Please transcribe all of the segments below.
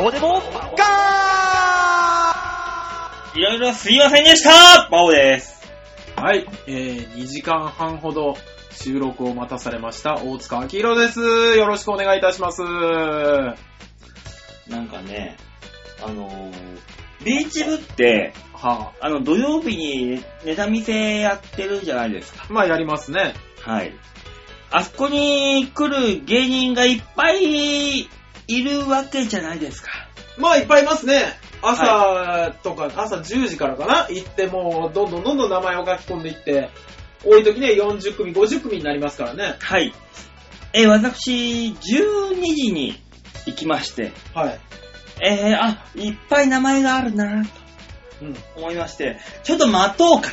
オデモガいろいろすいませんでしたバオです。はい、えー、2時間半ほど収録を待たされました、大塚明宏です。よろしくお願いいたします。はなんかね、あのー、ビーチ部って、あ、あの、土曜日にネタ見せやってるじゃないですか。まあやりますね。はい。あそこに来る芸人がいっぱいいるわけじゃないですか。まあいっぱいいますね。朝とか、朝10時からかな行ってもう、どんどんどんどん名前を書き込んでいって、多い時には40組、50組になりますからね。はい。えー私、12時に行きまして、はい。えーあ、いっぱい名前があるなとうん。思いまして、ちょっと待とうか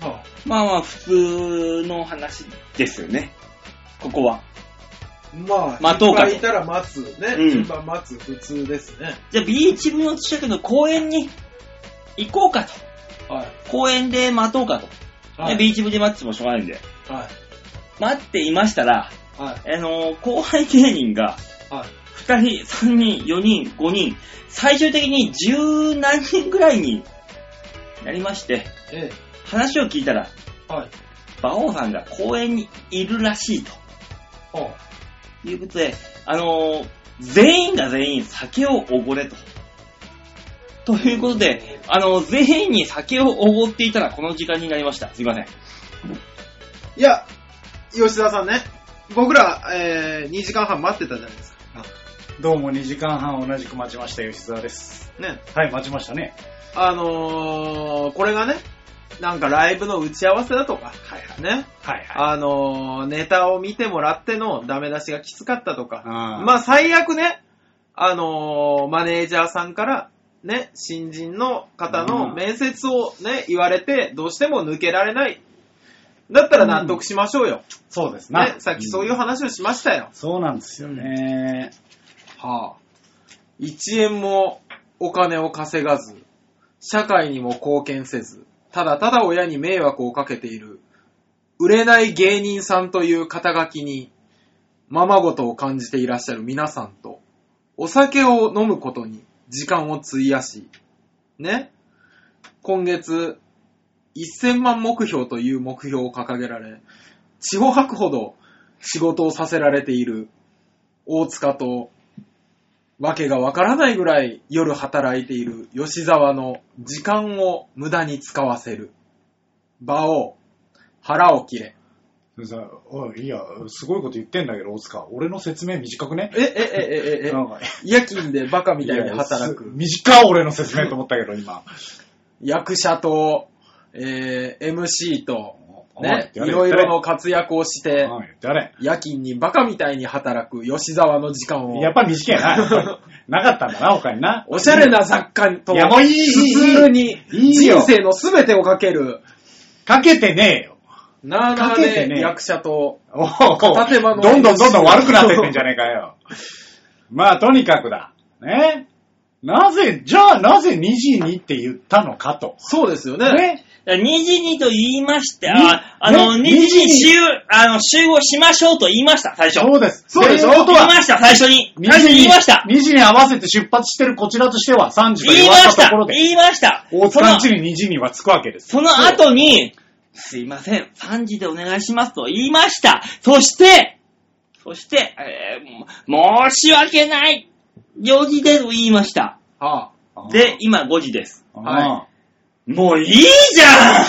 と。はまあまあ、普通の話ですよね。ここは。あ、まあ、待とうかといっぱいいたら待つね。うん順番待つ、普通ですね。じゃあ、ビーチ部の近くの公園に行こうかと。はい。公園で待とうかと。はい。ねビーチ部で待ってもしょうがないんで。はい。待っていましたら、はい。あのー後輩芸人が、はい。 2人、3人、4人、5人、最終的に10何人ぐらいになりまして、え話を聞いたら、え。はい。馬王さんが公園にいるらしいとはいうことで、あのー全員が全員酒をおごれと。ということで、あのー全員に酒をおごっていたらこの時間になりました。すいません。あ、いや、吉田さんね、僕ら、えー、2時間半待ってたじゃないですか。どうも2時間半同じく待ちました吉沢です。ね。はい、待ちましたね。あのー、これがね、なんかライブの打ち合わせだとか、はいはい。ね、はいはい。あのー、ネタを見てもらってのダメ出しがきつかったとか、あーまあ最悪ね、あのー、マネージャーさんから、ね、新人の方のうん面接をね、言われて、どうしても抜けられない。だったら納得しましょうよ。そうですなね、さっきそういううん話をしましたよ。そうなんですよね。はあ、1円もお金を稼がず、社会にも貢献せず、ただただ親に迷惑をかけている、売れない芸人さんという肩書きに、ままごとを感じていらっしゃる皆さんと、お酒を飲むことに時間を費やし、ね、今月、1000万目標という目標を掲げられ、血を吐くほど仕事をさせられている大塚と、わけがわからないぐらい夜働いている吉沢の時間を無駄に使わせる。場を腹を切れ。さおい、いや、すごいこと言ってんだけど、大塚。俺の説明短くねえ、え、え、え、え、えな、んか夜勤でバカみたいに働いやすく。短い俺の説明と思ったけど、 今。役者と、えー、MC と、ね、いおいろいろの活躍をして、はい、誰夜勤にバカみたいに働く吉沢の時間を、やっぱ短いな。やっぱりなかったんだな、他にな。おしゃれな作家と、いやもういいいいスツールにいいよ人生の全てをかける、かけてねえよ。なあなあかけてねね役者と、おお片手間のどんどんどんどん悪くなってってんじゃねえかよ。まあ、とにかくだ。ね。なぜ、じゃあなぜ2時にって言ったのかと。そうですよね。ね。だから2時にと言いまして、にあ、あの、2ね時に2時集、あの、集合しましょうと言いました、最初。そうです。そうでしょということ言いは、ました、最初に。 2最初に時言にいました。 2時に合わせて出発してるこちらとしては3時と言い言わまれしたたところで、言いました大そ塚のんちに2時には着くわけです。その後に、すいません、3時でお願いしますと言いました。そして、そして、えーも申し訳ない !4 時でと言いました。はあで、今5時です。うん、はもういいじゃん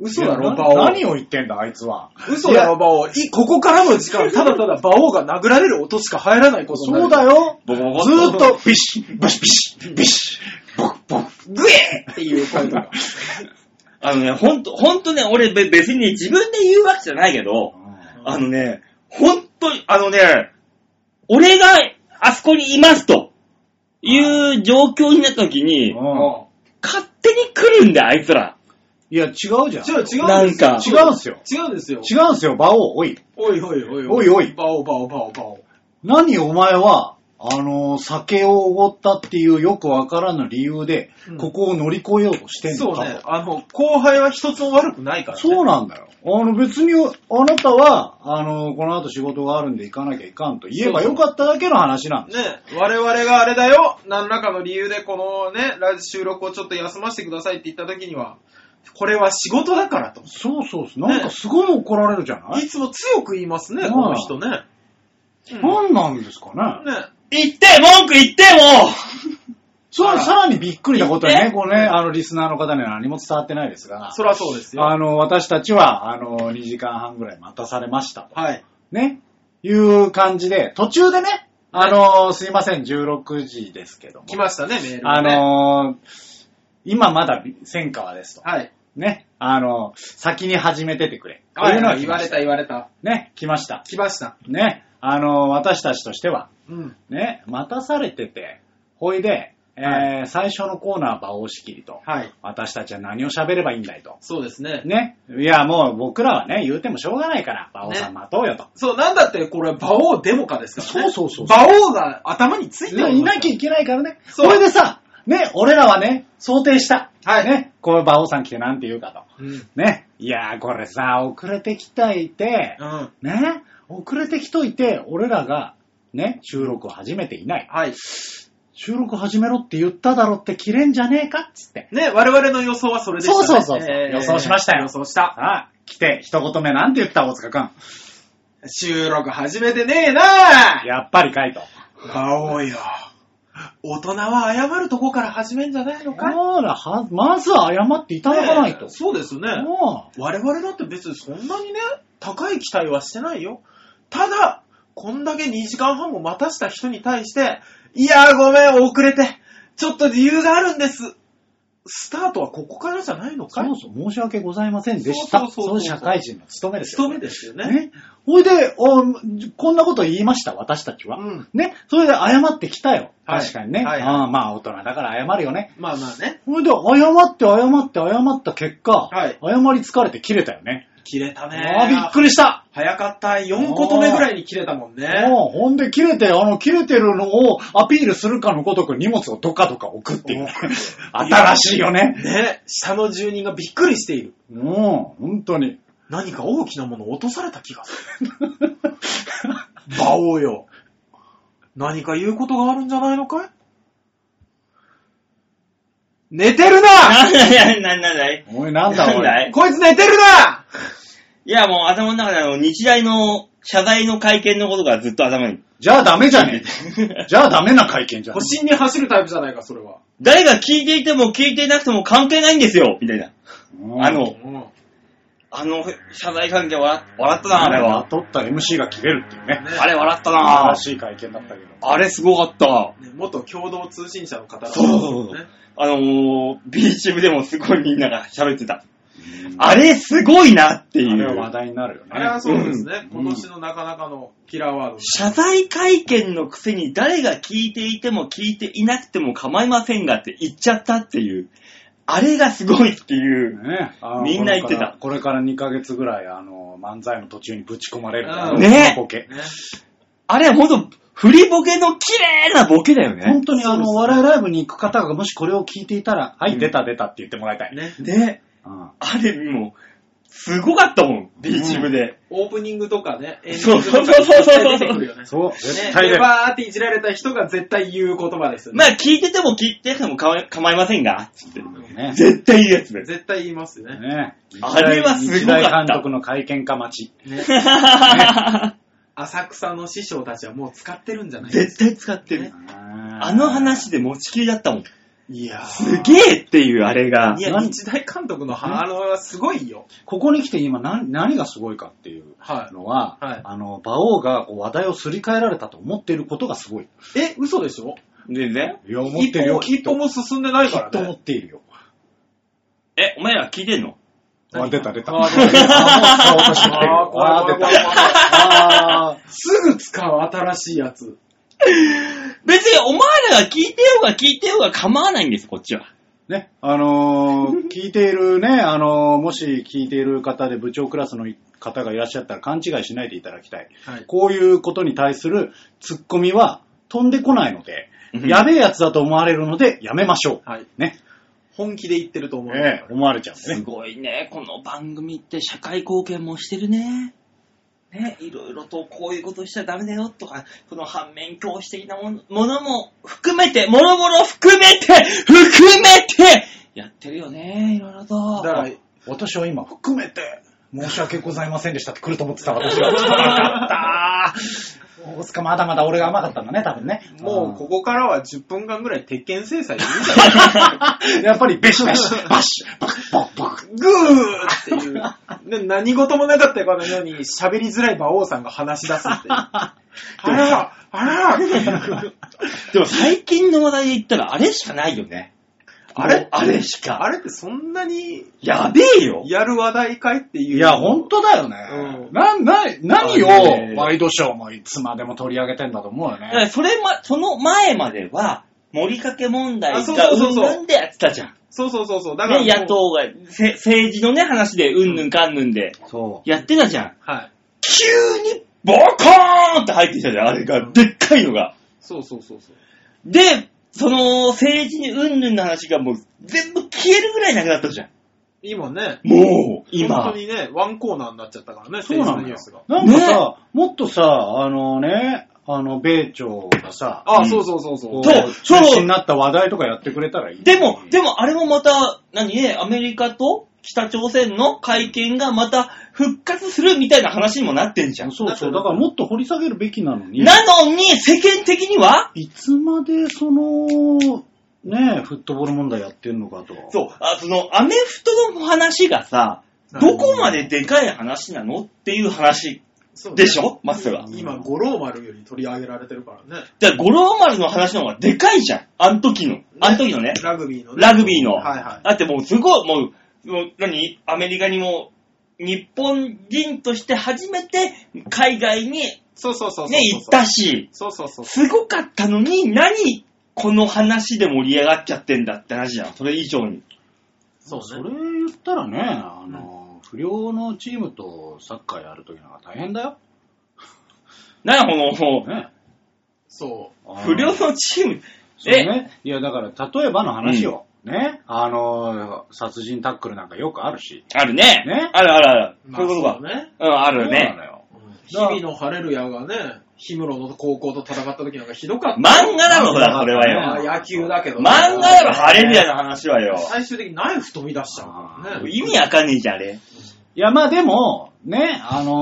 嘘だろ、な馬王。何を言ってんだ、あいつは。嘘だろ、馬王。い、ここからの時間、 ただただ馬王が殴られる音しか入らないことになる。そうだ。よ。ボコボコずーっと、ビシッ、ビシッ、ビシッ、ビシッ、ボクボク。グエーっていう声 が。あのね、ほんと、ほんとね、俺べ別にね、自分で言うわけじゃないけど、あのね、ほんとに、あのね、俺があそこにいますという状況になった時に、うん勝手に来るんだよ、あいつら。いや、違うじゃ違ん。う、違なうんでんすよか。違うんすよ。違うんですよ。違うんすよ、馬王。おい。おいおいおいおいおい馬王、馬王、馬王、馬王。何お前は、あの、酒をおごったっていうよくわからぬ理由で、うんここを乗り越えようとしてんそのうかね。あの、後輩は一つも悪くないからね。そうなんだよ。あの別に、あなたは、あの、この後仕事があるんで行かなきゃいかんと言えばよかっただけの話なんだよね、我々があれだよ、何らかの理由でこのね、ラジ収録をちょっと休ませてくださいって言った時には、これは仕事だからと。そうそうそう。なんかすごい怒られるじゃないい、つも強く言いますね、うんこの人ね。うんなんなんですかね。ね、言って文句言ってもそれはさらにびっくりなことに言っね、てこれね、あの、リスナーの方には何も伝わってないですが、そらそうですよ。あの、私たちは、あの、2時間半ぐらい待たされましたと。はい。ね。いう感じで、途中でね、あの、すいません、16時ですけども。来ましたね、メールあがね。の、今まだ戦火はですと。はい。ね。あの、先に始めててくれ。とはいいうのは来言まわしれた、言われた。ね、来ました。来ました。ね。あの、私たちとしては、うん。ね、待たされてて、ほいで、えー最初のコーナー場を押し切りと、はい。私たちは何を喋ればいいんだいと。そうですね。ね。いや、もう僕らはね、言うてもしょうがないから、馬王さねん待とうよと。そう、なんだってこれ、馬王デモカですからね。そうそうそう馬王が頭についておねりいまなすきゃいけないからね。そうそれでさ、ね、俺らはね、想定した。はいね、こう馬王さん来てなんて言うかと。うん。うん。ね。いやー、これさ、遅れてきたいて、ね、遅れてきといて、俺らが、ね、収録を始めていない。はい。収録始めろって言っただろって切れんじゃねえかっつって。ね、我々の予想はそれでしたね。そうそうそうそうえー予想しましたよ予想した。さあ、来て、一言目なんて言った大塚くん。収録始めてねえなやっぱりかいと。馬王よ。大人は謝るとこから始めんじゃないのかいあら、は、まずは謝っていただかないと。ねえそうですよね。も我々だって別にそんなにね、高い期待はしてないよ。ただ、こんだけ2時間半も待たした人に対して、いやーごめん、遅れて。ちょっと理由があるんです。スタートはここからじゃないのう、かそいうそう、申し訳ございませんでしそそた。そうううそうそう社会人の務めですよ。勤めですよね。ね。ほいで、おこんなこと言いました、私たちは。うんね。それで謝ってきたよ。はい確かにね。はいああまあ、大人だから謝るよね。まあまあね、ほいで、謝って、謝って、謝った結果、はい謝り疲れて切れたよね。切れたねああ、びっくりした。早かった。4こと目ぐらいに切れたもんね。もうほんで切れて、あの、切れてるのをアピールするかのごとく荷物をどかどか置くっていう。 新しいよね。ね、下の住人がびっくりしている。もう、本当に。何か大きなものを落とされた気がする。馬王よ。何か言うことがあるんじゃないのかい寝てるななんだいなんだいおい、なんだなんおだい。いこいつ寝てるないやもう頭の中であの日大の謝罪の会見のことがずっと頭に。じゃあダメじゃね え。じゃあダメな会見じゃん保。身に走るタイプじゃないか、それは。誰が聞いていても聞いていなくても関係ないんですよみたいな。うんあうの、ん。あの謝罪関係笑笑ったな、あれは。取った MC が切れるっていうね。あれ笑ったな新。しい会見だったけど。あれすごかった。ね元共同通信社の方だそうそうそうねあのー、ビーチ部でもすごいみんなが喋ってた。あれすごいなっていあれは話う。題になるよあれはね。そうですね。うん今年のなかなかのキラーワード。謝罪会見のくせに誰が聞いていても聞いていなくても構いませんがって言っちゃったっていう。あれがすごいっていう。ね、あのみんな言ってたこれからこれから2ヶ月ぐらい、あの、漫才の途中にぶち込まれる。うんねボケ。ねあれはほんと、振りボケの綺麗なボケだよね本。当にあの、そうですね笑いライブに行く方がもしこれを聞いていたら、はうい、ん出た出たって言ってもらいたい。ねね。うんあれもう、すごかったもん。ビーチ部で。オープニングとかね、エンディンそうグとかそうにそうそう絶対出てくるよね。そう、ね絶、対で出る。バーっていじられた人が絶対言う言葉ですよね。まあ聞いてても聞いてても構い構いませんが、つって。 ね絶対いいやつです。絶対言いますよね。ねあれはすごかった日大監督の会見か待ち。浅草の師匠たちはもう使ってるんじゃないです 絶対使ってるね。ああの。話で持ちきりだったもん。か。いやすげえっていうあれがい。や、なん日大監督の反応はすごいよ。ここに来て今何何がすごいかっていうはいのは、はいあの、馬王がこう話題をすり替えられたと思っていることがすごい。え、嘘でしょ全然いや、思一ってる歩よ。も一歩きっも進んでないときかっとら思ねっ。ているよ。え、お前ら聞いてんの何あ、出た出た。ああー出ー、もう使おうとしてきてるあー怖いあー、出怖い怖い怖いた。あーすぐ使う、新しいやつ。別にお前らが聞いてようが聞いてようが構わないんです、こっちは。ね、あのー聞いているね、あのーもし聞いている方で部長クラスの方がいらっしゃったら勘違いしないでいただきたい。はい。こういうことに対するツッコミは、飛んでこないので、うんやべえやつだと思われるので、やめましょはい。う。ね。本気で言ってると思う。ええ思われちゃうんですね。ごいね、この番組って社会貢献もしてるね。ね、いろいろとこういうことしちゃダメだよとか、この反面教師的なものものも含めて、もろもろ含めて、含めて、やってるよね、いろいろと。だから、私は今、含め て、申し訳ございませんでしたって来ると思ってた私が。甘かった大塚まだまだ俺が甘かったんだね、多分ね。もうここからは10分間ぐらい鉄拳制裁でいいんじゃ うんやっぱり、べしべし、バシッ、バッ、バッ、バッ。グーっていう。で何事もなかったかのように喋りづらい馬王さんが話し出す っていう。あらあらでも最近の話題で言ったら、あれしかないよね。あれあれしか。あれってそんなにやべえよ。やる話題かいっていう。いや、ほんとだよねう。んな、な、あ何のねを、ワイドショーもいつまでも取り上げてんだと思うよだからね。それま、その前までは、盛りかけ問題あそうがそううそんうそうぬんでやってたじゃん。そうそうそうそう。だからもうね、野。党が、せ政治のね、話でうんぬんかんぬんで、そやってたじゃん。はい。急に、ボコーンって入ってきたじゃん、あれが。でっかいのが。そうそうそうそう。で、その、政治にうんぬんの話がもう、全部消えるぐらいなくなったじゃん。今ね、もう、本今当。にね、ワンコーナーになっちゃったからね、う。そう政な治ののニュよースが。。なんかさ、もっとさ、あのね、あの、米朝がさ、あ、うんそうそうそうそう。とそう、中止になった話題とかやってくれたらいい。でも、でもあれもまた、何ね、アメリカと北朝鮮の会見がまた復活するみたいな話にもなってんじゃん。そうそう、だからもっと掘り下げるべきなのに、なのに、世間的にはいつまでその、ねえ、フットボール問題やってんのかと。そう、あその、アメフトの話がさ、どこまででかい話なのっていう話そうねでしょ、マスターが。今、五郎丸より取り上げられてるからね。だから、五郎丸の話の方がでかいじゃん。あの時の。あの時のね。ラグビーのね。ラグビーの。はいはいだってもうすごい、もう、もう何アメリカにも、日本人として初めて海外にね、そうそうそうそう。行ったし、そうそうそう。すごかったのに、何この話で盛り上がっちゃってんだって話じゃん。それ以上に。そうそれ言ったらね、あの、不良のチームとサッカーやるときなんか大変だよ。なら、この、ね。そ不良のチーム、そうね。いや、だから、例えばの話を、ね。あの、殺人タックルなんかよくあるし。あるね。ねあるあるある。う。そういうことか。まあそうね。うん、あるそうなね。のよ。日々のハレルヤがね、氷室の高校と戦った時なんかひどかった。漫画だろ、それは、漫画だねそれはよ。まあ野球だけどね。漫画だろ、ハレルヤの話はよ。最終的にナイフ飛び出しちゃうからね。意味わかんねえじゃん、あれ。いや、まあでも、ね、あの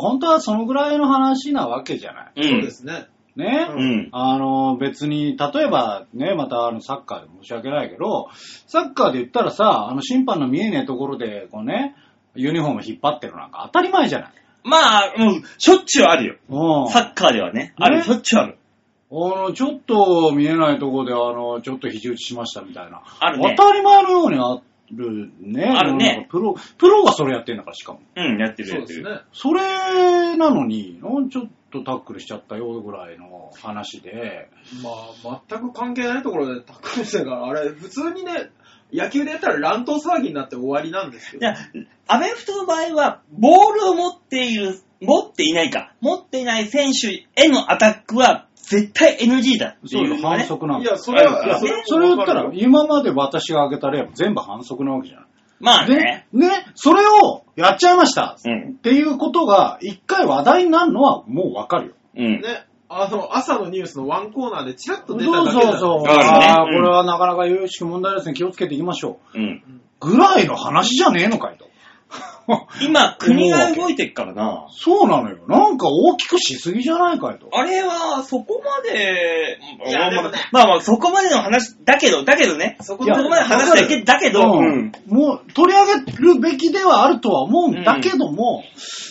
ー本当はそのぐらいの話なわけじゃない。うそうでん。すね。ね。うん。あの、別に、例えばね、またあのサッカーで申し訳ないけど、サッカーで言ったらさ、あの審判の見えねえところで、こうね、ユニフォーム引っ張ってるなんか当たり前じゃない。まあ、うん、しょっちゅうあるよ。うん。サッカーではね。ある、ねしょっちゅうある。あの、ちょっと見えないところで、あの、ちょっと肘打ちしましたみたいな。あるね当たり前のようにあるね。あるねなんかプロ、プロがそれやってんだから、しかも。うん、やってる、そやうっでてする。ね。それなのに、なんちょっとタックルしちゃったよぐらいの話で、まあ、全く関係ないところでタックルしてるから、あれ、普通にね、野球でやったら乱闘騒ぎになって終わりなんですよい。や、アメフトの場合は、ボールを持っている、持っていないか、持っていない選手へのアタックは、絶対 NG だってそいういううのが反ね。則なんいだよや、それいは、やそれそれ言ったらわ、かるよ今まで私が挙げた例も全部反則なわけじゃない。まあね。で、ね、それをやっちゃいました、うんっていうことが、一回話題になるのはもうわかるよ。うん。ね、あの、朝のニュースのワンコーナーでチラッそとう出ただけそうだそわう。かるねああ、こうんれはなかなか有識問題ですね。気をつけていきましょうん。う。ぐらいの話じゃねえのかいと。今、国が動いてっからな。そうなのよ。なんか大きくしすぎじゃないかいと。あれは、そこまで、いやまあでもねまあまあ、そこまでの話、だけど、だけどね、そこいやまでの話だけだけど、ううんん、もう取り上げるべきではあるとは思うんだけども、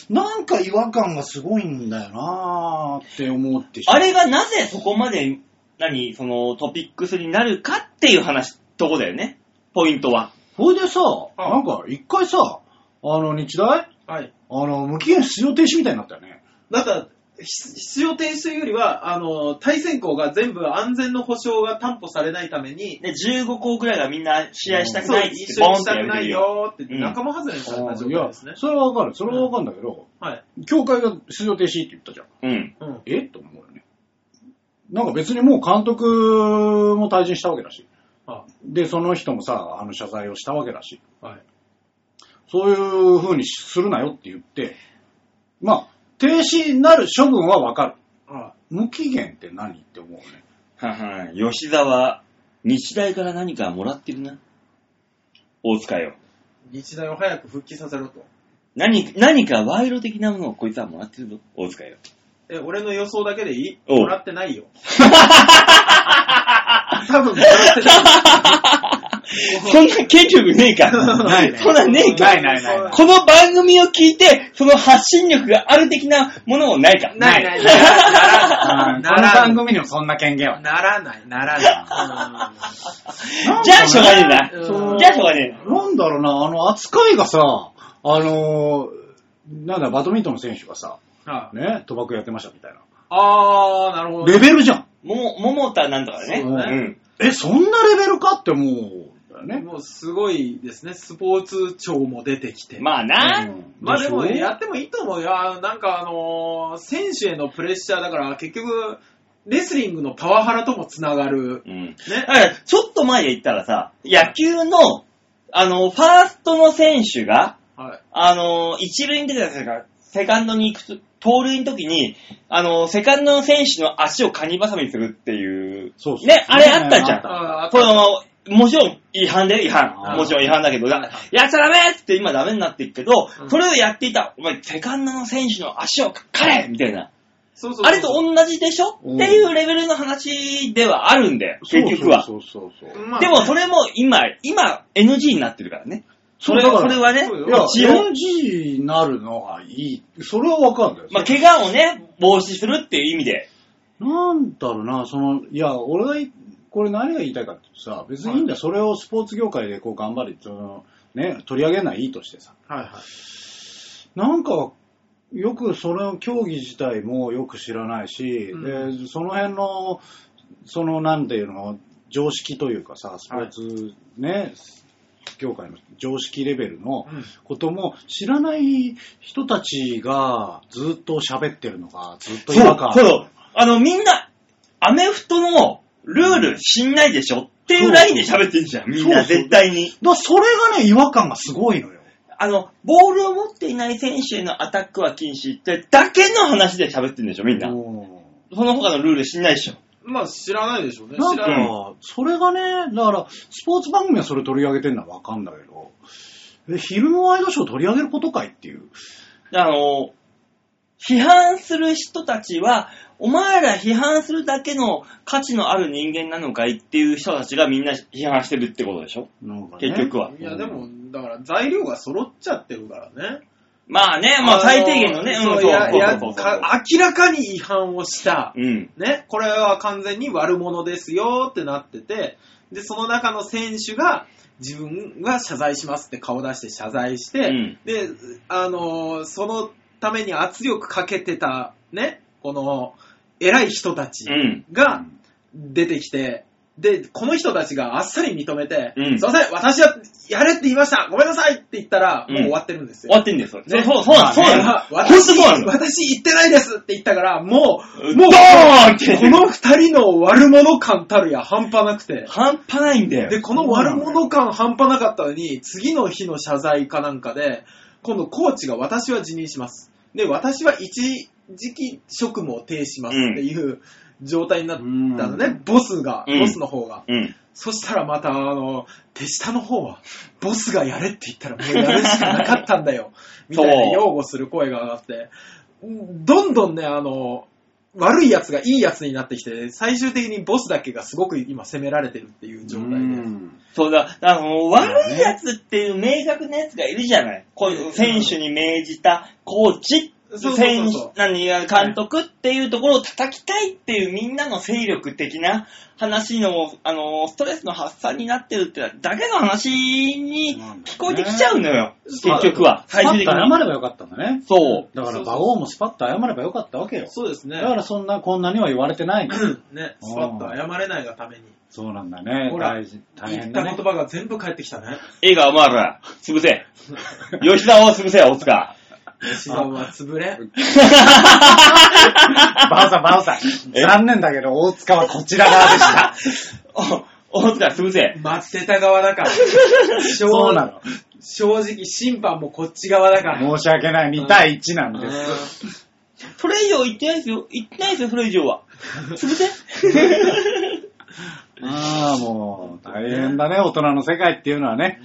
なんか違和感がすごいんだよなーって思ってしまうあれがなぜそこまで、何、そのトピックスになるかっていう話、とこだよね、ポイントは。それでさ、あなんか一回さ、あの日大はい。あの、無期限出場停止みたいになったよね。だから、必必要点数よりは、あの、対戦校が全部安全の保障が担保されないために、で、15校ぐらいがみんな試合したくそうないっ一つって、緒ボにンしってやためくてないるよ。よーって言って仲間外れにされた状い態や、ですね。それはわかる。それはわかるんだけど、はい。協会が出場停止って言ったじゃん。うん。うん。えと思うよね。なんか別にもう監督も退陣したわけだし。あ、で、その人もさ、あの謝罪をしたわけだし。はい。そういう風にするなよって言って、まあ、停止になる処分はわかる。あ、無期限って何って思うね。はは吉沢、日大から何かもらってるな。大塚よ。日大を早く復帰させろと。何、何か賄賂的なものをこいつはもらってるぞ。大塚よ。え、俺の予想だけでいいおうもらってないよ。そんな権多分もらって 力ねえか。ないねそんなねえか。ないないない。この番組を聞いて、その発信力がある的なものもないか。ない。なないいないあなーい。この番組にもそんな権限はない。ならない、ならない。じゃあしょうがねえな。うんそうじゃあしょうがねえな。なんだろうな、あの、扱いがさ、あのーなんだ、バドミントンの選手がさ、うんあね、賭博やってましたみたいな。あー、なるほど。レベルじゃん。もも、ももたなんとかね。そうだねえ、そんなレベルかってもう、だよね。もうすごいですね、スポーツ庁も出てきて。うんまあな。うんまあでもしょやってもいいと思うよ。あのなんかあのー選手へのプレッシャーだから結局、レスリングのパワハラともつながる。うん。だね。から、ちょっと前で言ったらさ、野球の、あの、ファーストの選手が、はい。あの、一塁に出た選手が、セカンドに行くと、盗塁の時に、あの、セカンドの選手の足をカニバサミにするっていう。そうそうね、あれあったじゃん。ああこれはもちろん違反で違あ反。ーもちろん違反だけど、ややっちゃダメっつって今ダメになっていくけど、うんそれをやっていた、お前、セカンドの選手の足を刈れみたいな。そうそうそあうれと同じでしょっていうレベルの話ではあるんだよ、結局は。そうそうそうそう。まあでもそれも今、今 NG になってるからね。それそうだそかられはね、そういや、一応、 NG になるのがいい。それはわかるんだよ。まあ、怪我をね、防止するっていう意味で。なんだろうな、その、いや、俺がい、これ何が言いたいかってさ、別にいいんだよ、それをスポーツ業界でこう頑張り、その、ね、取り上げるのはいいとしてさ。はいはい。なんか、よくその競技自体もよく知らないし、うで、その辺の、その、なんていうの、常識というかさ、スポーツね、業界の常識レベルのうんことも知らない人たちがずっと喋ってるのがずっと違和感ある。そう。あの、みんな、アメフトのルール知んないでしょっていうラインで喋ってんじゃん、みんなそうそう絶対に。だからそれがね、違和感がすごいのよ。あの、ボールを持っていない選手へのアタックは禁止ってだけの話で喋ってんでしょ、みんな。うんその他のルール知んないでしょ。まあ知らないでしょうね。なん知らない。か、それがね、だから、スポーツ番組はそれ取り上げてるのはわかんだけど、え昼のワイドショー取り上げることかいっていう。あの、批判する人たちは、お前ら批判するだけの価値のある人間なのかいっていう人たちがみんな批判してるってことでしょなんかね結局は。いやでも、だから材料が揃っちゃってるからね。まあね、まあ最低限のね、あのうん、そういやいやそうそうそうそうか明らかに違反をした。うん。ね、これは完全に悪者ですよってなってて、で、その中の選手が、自分が謝罪しますって顔出して謝罪して、うんで、あのーそのために圧力かけてた、ね、この、偉い人たちうんが出てきて、で、この人たちがあっさり認めて、うんすいません、私はやれって言いましたごめんなさいって言ったら、うんもう終わってるんです終よ。わってんですよ。そうねそうそうなんです。そうなんだです。から本当私そうなんです。私言ってないですって言ったから、もドう、もう、ーンってこの二人の悪者感たるや半端なくて。半端ないんだよ。で、この悪者感半端なかったのに、次の日の謝罪かなんかで、今度コーチが私は辞任します。で、私は一時期職務を停止しますっていう状態になったのね、うんボスが、うんボスの方が。うん。そしたらまた、あの、手下の方は、ボスがやれって言ったらもうやるしかなかったんだ よ。みたいな擁護する声が上がって、うんどんどんね、あの、悪い奴がいい奴になってきて、最終的にボスだけがすごく今責められてるっていう状態うで。んそうだ、あの、悪い奴っていう明確な奴がいるじゃない。こういう選手に命じたコーチ、そうそうそう選そう手、何、監督っていうところを叩きたいっていうみんなの勢力的な話の、あの、ストレスの発散になってるってだけの話に聞こえてきちゃうのよ。ね結局は。スパ最終ッ的とに。謝ればよかったんだね。そう。だかそら、うそう馬王もスパッと謝ればよかったわけよ。そうです ねだ。から、そんな、こんなには言われて ないの。ね、スパッと謝れないがために、そうなんだね。ほら大事、大言変っだたね言。葉が全部返ってきたね。 映画お前ら、潰せ。吉田を潰せ、大塚。吉田は潰 れん。バオさん、バオさん。え残念だけど、大塚はこちら側で した。お、大塚、潰せ。待ってた側だから。正そうなの。正直、審判もこっち側だから。申し訳ない。2対1なんです。それ以上言ってないですよ。言ってないですよ、それ以上は。潰せ。ああ、もう、大変だね。大人の世界っていうのはね。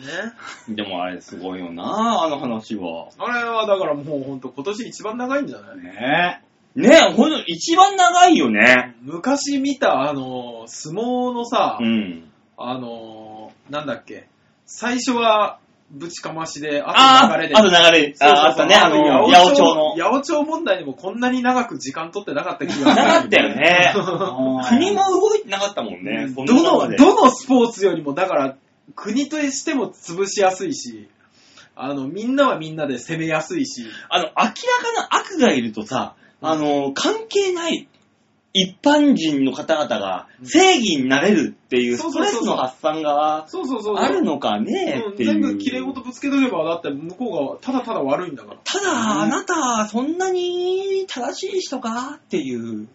ねでもあれすごいよなあの話は。あれはだからもうほんと今年一番長いんじゃないねねえ、ほんと、一番長いよね。昔見たあの、相撲のさ、うん。あの、なんだっけ、最初はぶちかましで、ああとあ流れで。ー、あと流れ、そうそうそうああったね、あの、の八百長の。八百長問題にもこんなに長く時間取ってなかった気がする。なかったよ ね。国も動いてなかったもんね。そんな中どの、でどのスポーツよりも、だから、国としても潰しやすいし、あの、みんなはみんなで攻めやすいし、あの、明らかな悪がいるとさ、あの、関係ない一般人の方々が正義になれるっていうそうストそうレそうそうスの発散がそうそうそうそう。あるのかねうんっていう。全部綺麗事ぶつけとけば、だって向こうがただただ悪いんだから。ただ、あなた、そんなに正しい人かっていう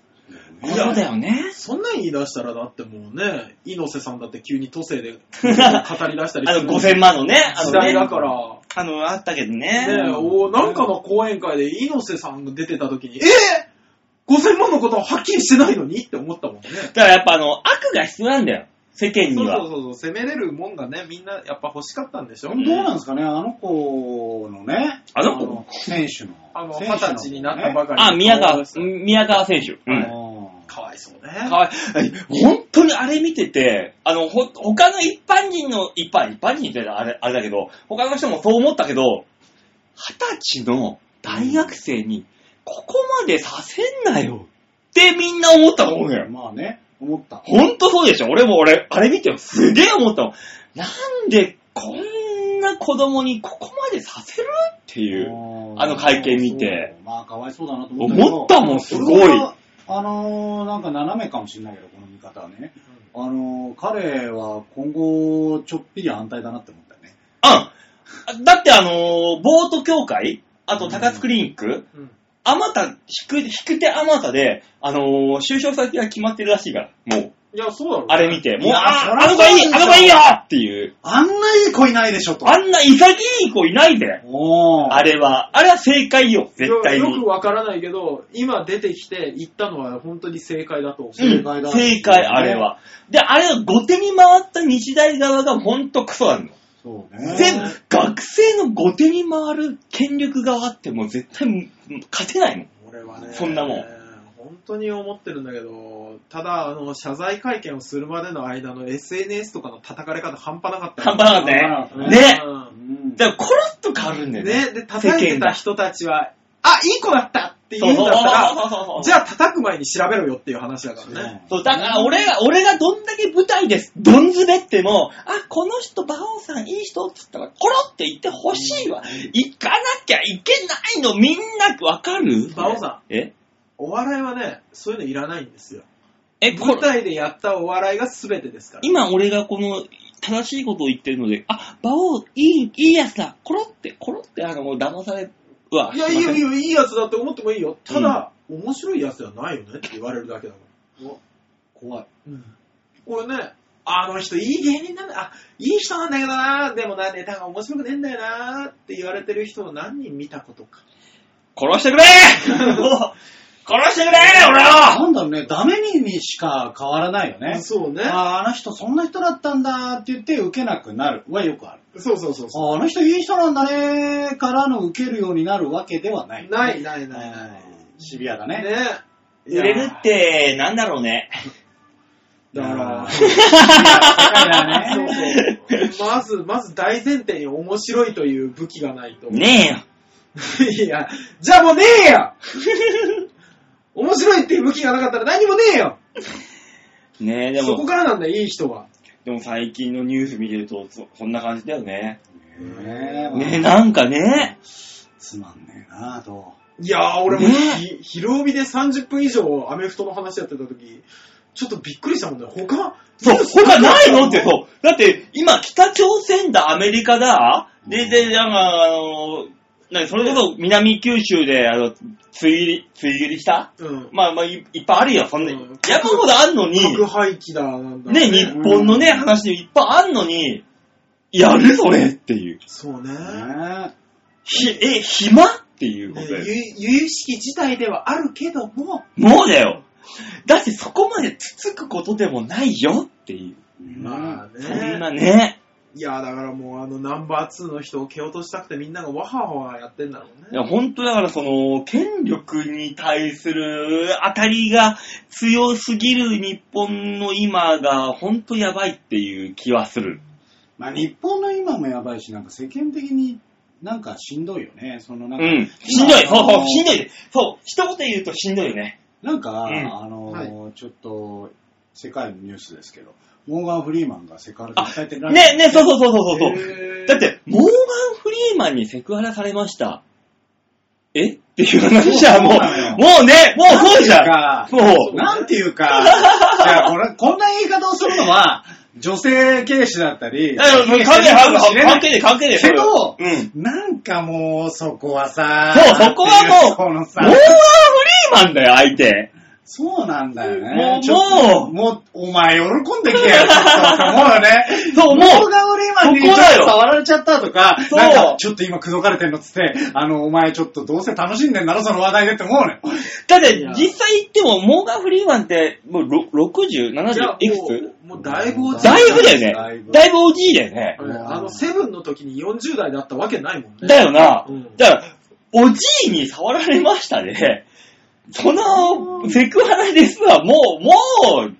ことだよね。そんなん言い出したら、だってもうね、猪瀬さんだって急に都 政で語り出したりあすの、る5000万のね、あ時の代だね、から。あの、あったけどねえ、ね。おなんかの講演会で猪瀬さんが出てた時に、えぇ、!5000 万のことははっきりしてないのにって思ったもんね。だからやっぱあの、悪が必要なんだよ。世間にそうそうは。そうそう、攻めれるもんがね、みんなやっぱ欲しかったんでしょどうなんですかね、あの子のね、あのあ子の選手の。あの、選二手の十歳になったばかりの。あ、宮川、か宮川選手。うんうんわいそうね。かわいい。本当にあれ見てて、あの、ほ、他の一般人の、一般、一般人ってあれ、あれだけど、他の人もそう思ったけど、二十歳の大学生に、ここまでさせんなよってみんな思ったと思うんだよ。まあね、思った。ほんとそうでしょ俺も俺、あれ見てすげえ思ったの。なんで、こんな子供にここまでさせるっていう。あの会見見てそう。まあ、かわいそうだなと思ったけど。思ったもん、すごい。俺はあのーなんか斜めかもしれないけど、この見方はね。あのー彼は今後、ちょっぴり反対だなって思ったよね。うん。だってあのーボート協会、あと高津クリニック、うんあまた、引く、引く手あまたで、あのー就職先が決まってるらしいから、もう、いや、そうだろうね、あれ見て、も、いうやあ、そりゃあの子いい、そうでしょあの子いいよっていう、あんないい子いないでしょ、と。あんな潔い子いないで、おーあれは、あれは正解よ、絶対よよにく。わからないけど、今出てきて言ったのは本当に正解だと思う。正解だうん正解、あれは。で、あれは後手に回った日大側がほんとクソなの。そうね。全部、学生の後手に回る権力側ってもう絶対うん勝てないの。俺はね、そんなもん。本当に思ってるんだけど、ただ、あの、謝罪会見をするまでの間の SNS とかの叩かれ方半端なかった半よ。端なかったね。ね。うんうんだからコロッと変わるんだよね。ね、で、叩いてた人たちは、あ、いい子だったって言そうんうそうだっそたうら、そうそうじゃあ叩く前に調べろよっていう話だからね。そう、だから俺が、俺がどんだけ舞台です、どんずべっても、あ、この人、バオンさんいい人って言ったら、コロって言ってほしいわ。行かなきゃいけないの、みんなわかるバオさん。えお笑いはね、そういうのいらないんですよ。え、こ舞れ、台でやったお笑いが全てですから。今俺がこの、正しいことを言ってるので、あ、バオン、いい、いいやつだ。コロって、コロって、あの、もう騙されは。いや、いいよ、いいよ。よ、いいやつだって思ってもいいよ。ただ、面白いやつではないよねって言われるだけだも怖い。ん。これね、あの人いい芸人なんだ、あ、いい人なんだけどな、でもな、ネタが面白くねえんだよなって言われてる人を何人見たことか。殺 してくれ殺してくれ俺をなんだろうね、ダメにしか変わらないよね。そうね。あーあの人そんな人だったんだって言って受けなくなるはよくある。そうそうそうそう。あーあの人いい人なんだねからの受けるようになるわけではない。ないないうんないない。シビアだね。ねえ。売れるって、なんだろうね。だから、だそうね。そう。まず、まず大前提に面白いという武器がないと。ねえよ。 いや、じゃあもうねえよ 面白いっていう武器がなかったら何もねえよねえ、でそこも、からなんだよ、いい人は。でも最近のニュース見てると、そこんな感じだよね。ねえねえ、なんかね。つまんねえなと。いやー、俺もねひ、疲労日で30分以上アメフトの話やってた時、ちょっとびっくりしたもんね。他、そう、ニュース他ないのって、そう。だって、今、北朝鮮だ、アメリカだ、で、で、なんか、あの、なそれこそ南九州で、あの、梅雨入り、梅雨入りしたうん。まあまあ、いいっぱいあるよ、そんなうん。山ほどあんのに、核廃棄だ、なんだ。ね、日本のね、話でいっぱいあんのに、やるそれっていう。そうね。ねひ、え、暇っていうこねとゆで。由々しき事態ではあるけども、もうだよ。だってそこまでつつくことでもないよっていう。まあね。そんなね。いや、だからもうあのナンバー2の人を蹴落としたくてみんながわはわはやってんだろういね。や、本当だからその、権力に対する当たりが強すぎる日本の今が本当やばいっていう気はする。まあ日本の今もやばいし、なんか世間的になんかしんどいよね。そのなうんか、ん。しんどい。今そあうのそう、しんどい。そう、一言言うとしんどいよね。なんか、うんあのはちょっと、世界のニュースですけど、モーガン・フリーマンがセクハラであ訴えてるらしいね、ね、そうそうそうそうそう。へーだっ、て、モーガン・フリーマンにセクハラされました。えっていう話じゃん、もう、そうなのよもうね、もうそうじゃん。なんていうかもう、なんてい うか、じゃあこれ、こんな言い方をするのは、女性軽視だったり、あの関係かもしれ関ない係で関係で。けどうん。なんかもう、そこはさ、そう、そこはもう、そモのーさガン・フリーマンだよ、相手。そうなんだよね。もうちょっともうもう、お前喜んできてよ、ちょっと思うよね。 そうもうモーガン・フリーマンにそこだよちょっと触られちゃったとか、そうなんか、ちょっと今口説かれてんのっつって、あの、お前ちょっとどうせ楽しんでんだろ、その話題でって思うね。だっていや、実際言っても、モーガン・フリーマンって、もうろ、60、じゃ70、あいくつもう、もうだいぶ落ちだいぶだだよいねぶ。だいぶおじいだよね。あの、セブンの時に40代だったわけないもんね。だよなうん。だから、おじいに触られましたね。その、セクハラですわ、もう、もう、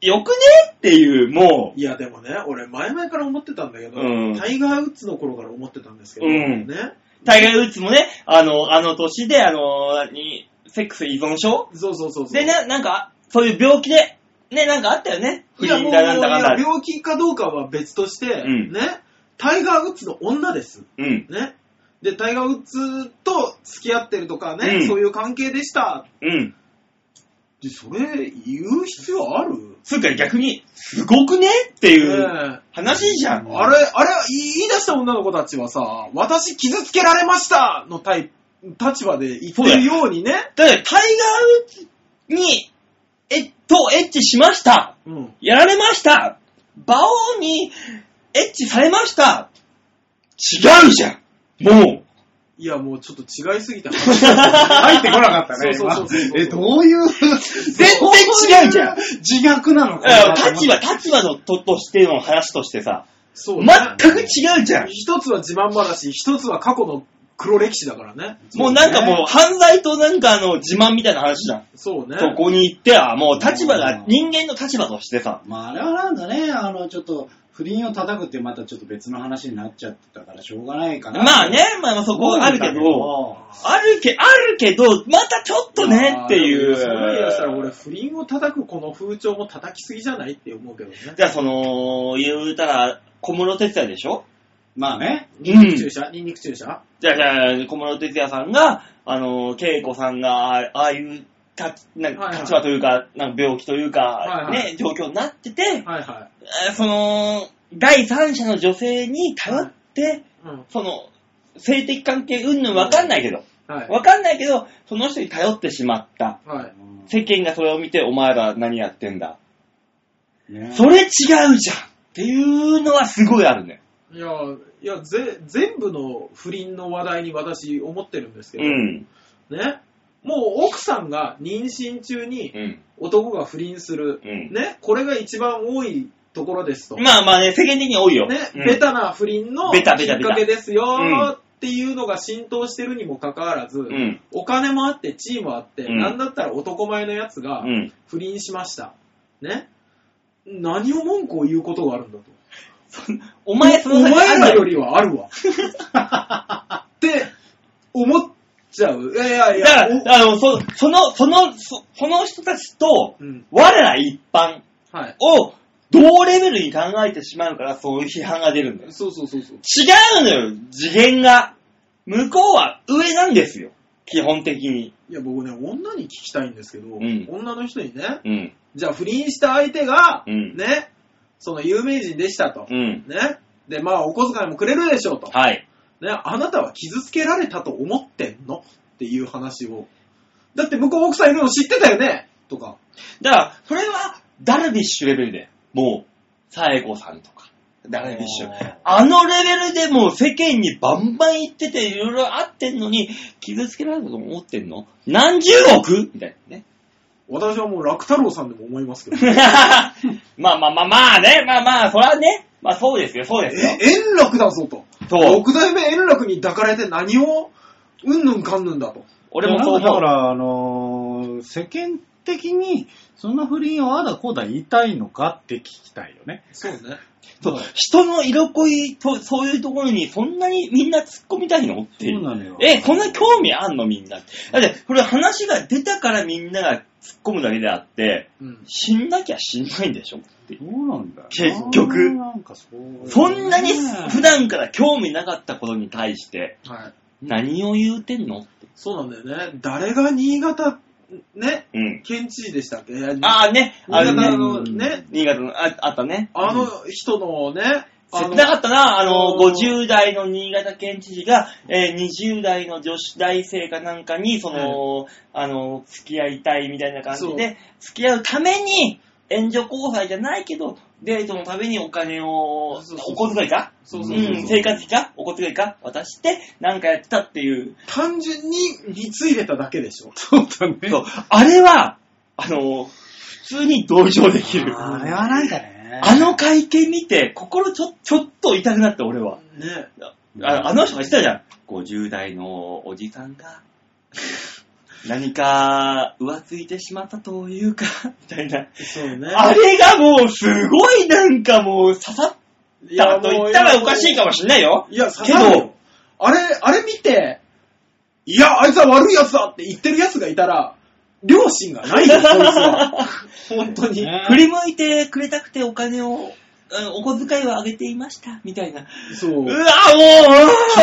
よくねっていう、もいや、でもね、俺、前々から思ってたんだけど、うんタイガー・ウッズの頃から思ってたんですけど、うんね。う、タイガー・ウッズもね、あの、あの年で、あの、に、セックス依存症そうそうそうそう。でね、なんか、そういう病気で、ね、なんかあったよね。不いや、倫もう、だなんだかんいやだ。病気かどうかは別として、うんね、タイガー・ウッズの女です。うん。ね。で、タイガー・ウッズと付き合ってるとかね、うんそういう関係でした。うん。で、それ、言う必要あるつうか逆に、すごくねってええいう話じゃん。あれ、あれ、言い出した女の子たちはさ、私傷つけられましたのタイ立場で言ってるようにね。だって、タイガー・ウッズに、えっと、エッチしましたうん。やられました馬王にエッチされました違うじゃんもういや、もうちょっと違いす ぎた。入ってこなかったね、そうそうそうそう今え、どういう、全然違うじゃん自虐なのこれは立場、立場のととしての話としてさ、そうね、全く違うじゃん一つは自慢話、一つは過去の黒歴史だからね。もうなんかもう犯罪となんかあの自慢みたいな話じゃん。そうね。そこに行っては、もう立場が、人間の立場としてさ。まあ、あれはなんかね、あの、ちょっと、不倫を叩くってまたちょっと別の話になっちゃってたからしょうがないかな。まあね、まあそこはあるけど、あるけ、あるけど、またちょっとねっていそれ言い出したらう俺、。不倫を叩くこの風潮も叩きすぎじゃないって思うけどね。じゃあその、言うたら、小室哲哉でしょまあね。ニンニク注射ニンニク注射じゃあ、じゃあ、小室哲哉さんが、あの、恵子さんが、あああいうたなんはいかはい立場というか、なんか病気というか、はいはいね、状況になってて、はいはえーその、第三者の女性に頼って、い。うん。その、性的関係云々わかんないけど、はい。わかんないけど、その人に頼ってしまった。はい。世間がそれを見て、お前ら何やってんだ。ねそれ違うじゃんっていうのはすごいあるね。いや、いや、ぜ、全部の不倫の話題に私思ってるんですけうど、ん。ね。もう奥さんが妊娠中にうん。男が不倫する、うんね。これが一番多いところですと。まあまあね、世間的に多いよ。ね、うんベタな不倫のきベっタベタベタかけですうんよっていうのが浸透してるにもかかわらず、うん。お金もあって、地位もあって、うんなんだったら男前のやつがうん。不倫しました。ね。何を文句を言うことがあるんだと。 お前そのお先前らあんよだりはある わ。って思っちゃう。いやいやいだかや。ら、あの、そその、その、そその人たちとお、うん。我ら一般はい。を同レベルに考えてしまうから、そういう批判が出るんだよ。そうそうそうそう。違うのよ、次元が。向こうは上なんですよ、基本的に。いや、僕ね、女に聞きたいんですけど、ん女の人にね、うん。じゃあ不倫した相手が、うんね、その有名人でしたと。うん。ね。で、まあ、お小遣いもくれるでしょうと。はい。ね、あなたは傷つけられたと思ってんのっていう話を。だって向こう奥さんいるの知ってたよねとか。だから、それは、ダルビッシュレベルで、もう、サエゴさんとか、ダルビッシュあー。あのレベルでもう世間にバンバン行ってて、いろいろあってんのに、傷つけられたと思ってんの何十億みたいなね。 私はもう楽太郎さんでも思いますけど。まあまあまあまあね、まあまあ、それはね、まあそうですよ、そうですよえ。円楽だぞと。そう六代目円楽に抱かれて何をうんぬんかんぬんだと。俺もそういやなん思う。かだから、あのー世間的に、そんな不倫をああだこうだ言いたいのかって聞きたいよね。そうね。そう人の色恋と、そういうところにそんなにみんな突っ込みたいのっていう。そうなのよえ、こんな興味あんのみんな。だって、これ話が出たからみんなが突っ込むだけであって、うん。死んなきゃ死んないんでしょって。そうなんだよな。結局なんかそう。そんなに普段から興味なかったことに対して、はい。何を言うてんのって。そうなんだよね。誰が新潟、ね、うん。県知事でしたっけあああね、あ新れ潟ね、のね、新潟の、ああったね。あの人のね、あ切の、なかったな、あの、あの50代の新潟県知事が、えー20代の女子大生かなんかに、その、あの、付き合いたいみたいな感じで、付き合うために、援助交際じゃないけど、デートのためにお金を、そうそうそおう小遣いかそうう、そうそうそうん生活費かお小遣いか渡して、なんかやってたっていう。単純に貢いでただけでしょ。そうだね。そうあれは、あの、普通に同情できる。ああれはなんかね。の会見見て、心ちょ、ちょっと痛くなった、俺は。ね。ああの人が言ってたじゃん。50代のおじさんが、何か浮ついてしまったというか、 みたいな。そうね。あれがもうすごいなんかもう刺さっいたと言ったらおかしいかもしんないよ。いや、刺けさるよど、あれ、あれ見て、いや、あいつは悪い奴だって言ってる奴がいたら、良心がないよ、そい つは。本当に。ね振り向いてくれたくてお金を、うんお小遣いをあげていました、みたいな。そうわもう、うう。わちょっ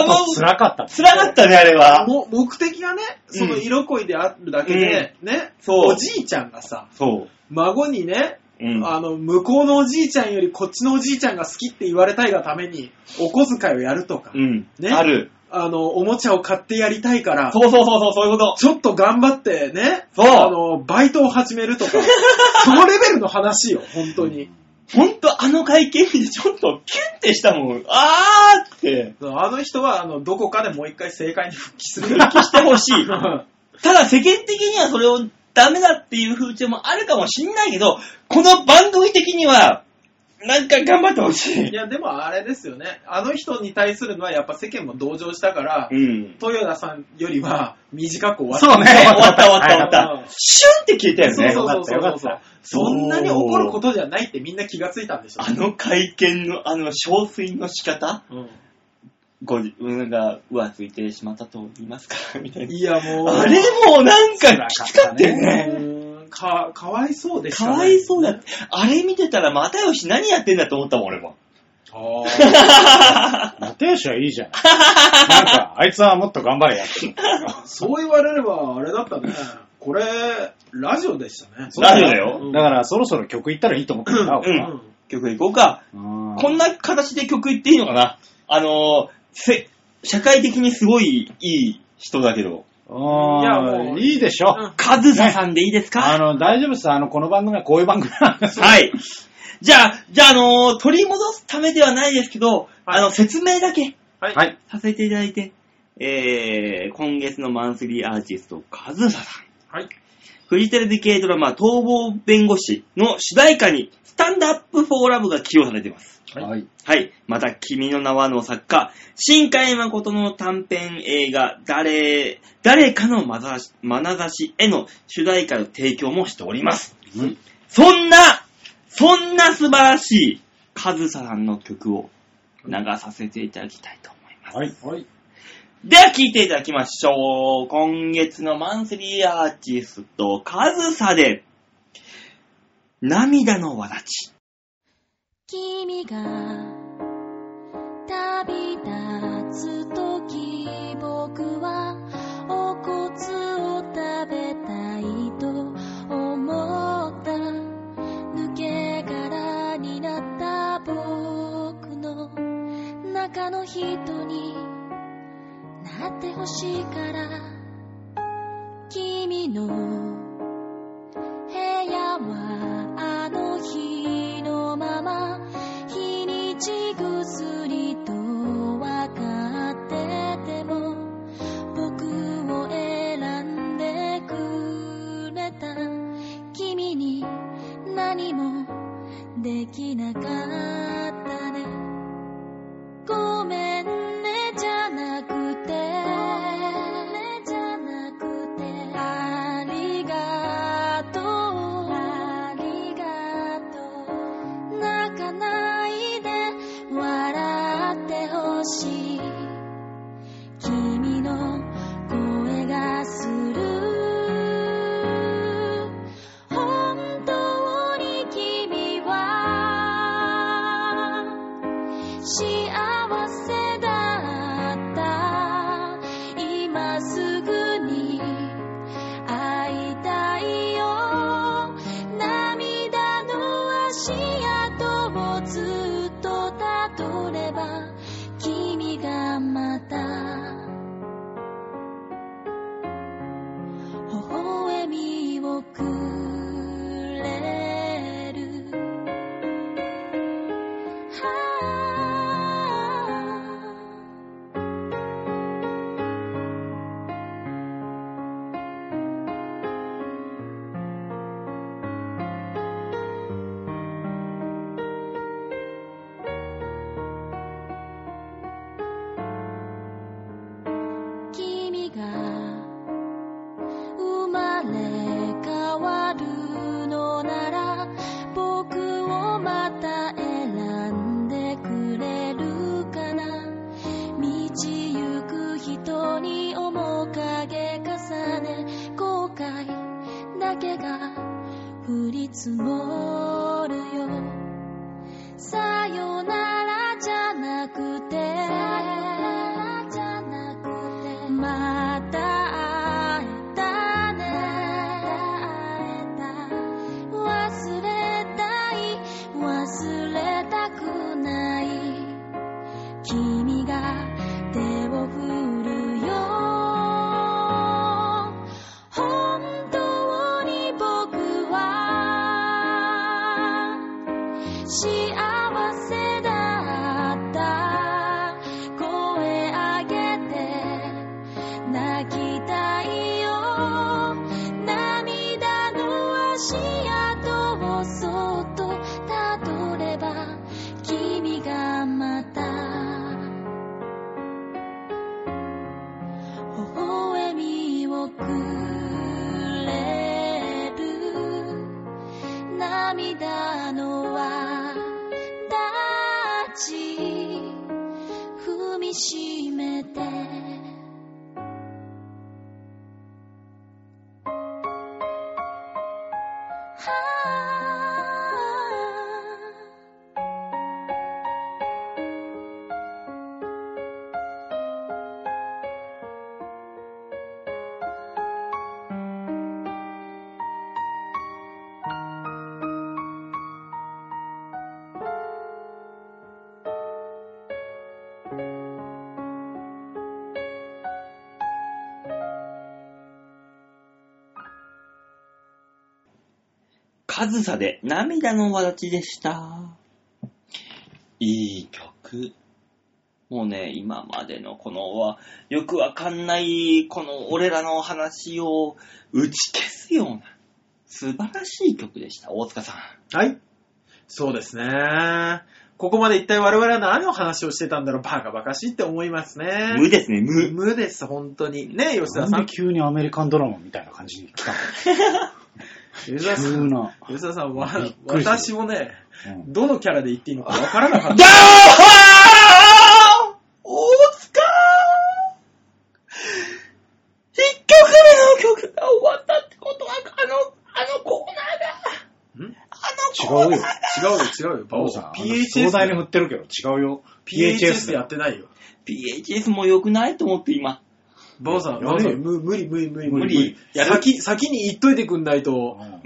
もとう、辛かった。辛かったね、あれは。も目的がね、その色恋であるだけで、ね、そうおじいちゃんがさ、そう。孫にね、うん。あの、向こうのおじいちゃんよりこっちのおじいちゃんが好きって言われたいがために、お小遣いをやるとか、うん。ねある。あの、おもちゃを買ってやりたいから、そうそうそうそう、そういうこと。ちょっと頑張ってね、そうあの、バイトを始め るとか、そのレベルの話よ、本当に。ほんとあの会見でちょっとキュンってしたもん。あーって。あの人は、あの、どこかでもう一回正解に復帰する。してほ しい。うんただ世間的にはそれをダメだっていう風潮もあるかもしんないけど、この番組的には、なんか頑張ってほしいい。や、でもあれですよね。あの人に対するのはやっぱ世間も同情したから、うん。豊田さんよりは短く終わった。そうね。終わった終わった終わっうんた。シュンって消えたよそうね。そうそうよかそうったよそかうっ。そんなに怒ることじゃないってみんな気がついたんでしょあの会見のあの憔悴の仕方うね。ご自分が浮ついてしまったと言いますかみたいうんな。いや、もう。あれもうなんかきつかったよね。うんか、かわいそうでした、かね。わいそうだって。あれ見てたら、又吉何やってんだと思ったもん、俺も。あ又吉はいいじゃ ん。なんか、あいつはもっと頑張れやって。ーそう言われれば、あれだったね。これ、ラジオでしたね。ラジオだよだから、そろそろ曲行ったらいいと思ってたな、俺は。う曲いこうか。うんこんな形で曲いっていいのかなあのー、せ、社会的にすごいいい人だけど。いや、もう。いいでしょ。うんカズサさんでいいですか、あの、大丈夫です。あの、この番組はこういう番組なんです。はい。じゃあ、じゃあ、あのー取り戻すためではないですけど、はいあの、説明だけはい。はい。させていただいて、えー、今月のマンスリーアーティスト、カズサさん。はい。フジテレビ系ドラマ、逃亡弁護士の主題歌に、スタンドアップフォーラブが起用されています。はいはい。はい。また、君の名はの作家、新海誠の短編映画、誰、誰かのまざし眼差しへの主題歌の提供もしております。うんそんな、そんな素晴らしい、カズサさんの曲を流させていただきたいと思います。はい。はい。では聴いていただきましょう。今月のマンスリーアーティスト、カズサで、涙のわだち。君が旅立つ時僕はお骨を食べたいと思った抜け殻になった僕の中の人に星から君の部屋はあの日のまま日にちぐすりと分かってても僕を選んでくれた君に何もできなかったねごめんねじゃなくてじゃなくてありがとうありがとう泣かないで笑ってほしい君の声がする本当に君は幸せだった今すぐに会いたいよ涙の足跡をずっとたどれば君がまた微笑みをくれる君が生まれ変わるのなら僕をまた選んでくれるかな道行く人に面影重ね後悔だけが降り積もるよさよならじゃなくてまた会えたね忘れたい忘れたくない君が手を振るよ本当に僕は幸せだった声あげて泣きたいよ涙の足跡をそっとたどれば君がまた微笑みをくれる涙の輪たち踏みしめてはあカズサで涙のわだちでした。いい曲。もうね、今までのこのは、よくわかんない、この俺らの話を打ち消すような、素晴らしい曲でした、大塚さん。はい。そうですね。ここまで一体我々は何の話をしてたんだろう、バカバカしいって思いますね。無ですね、無。無です、本当に。ねえ、吉な田んさでん。急にアメリカンドラマみたいな感じに来た吉田さ急ん、な。吉田さんはびっ、くりした私もね、うんどのキャラで言っていいのかわからなかっだた。ー大塚一曲目の曲が終わったってことは、あの、あのコーナん違うーが、あのコーナー違うよ、違よ。うよ、バオさん。壮大 PHS に振で、ってるけど違うよ。 PHS でやや。ってないよ。 PHS も良くないと思って今。バオさん、やれバオさん、無無理無理無理無理無理。やる先、先に言っといてくんないと、うん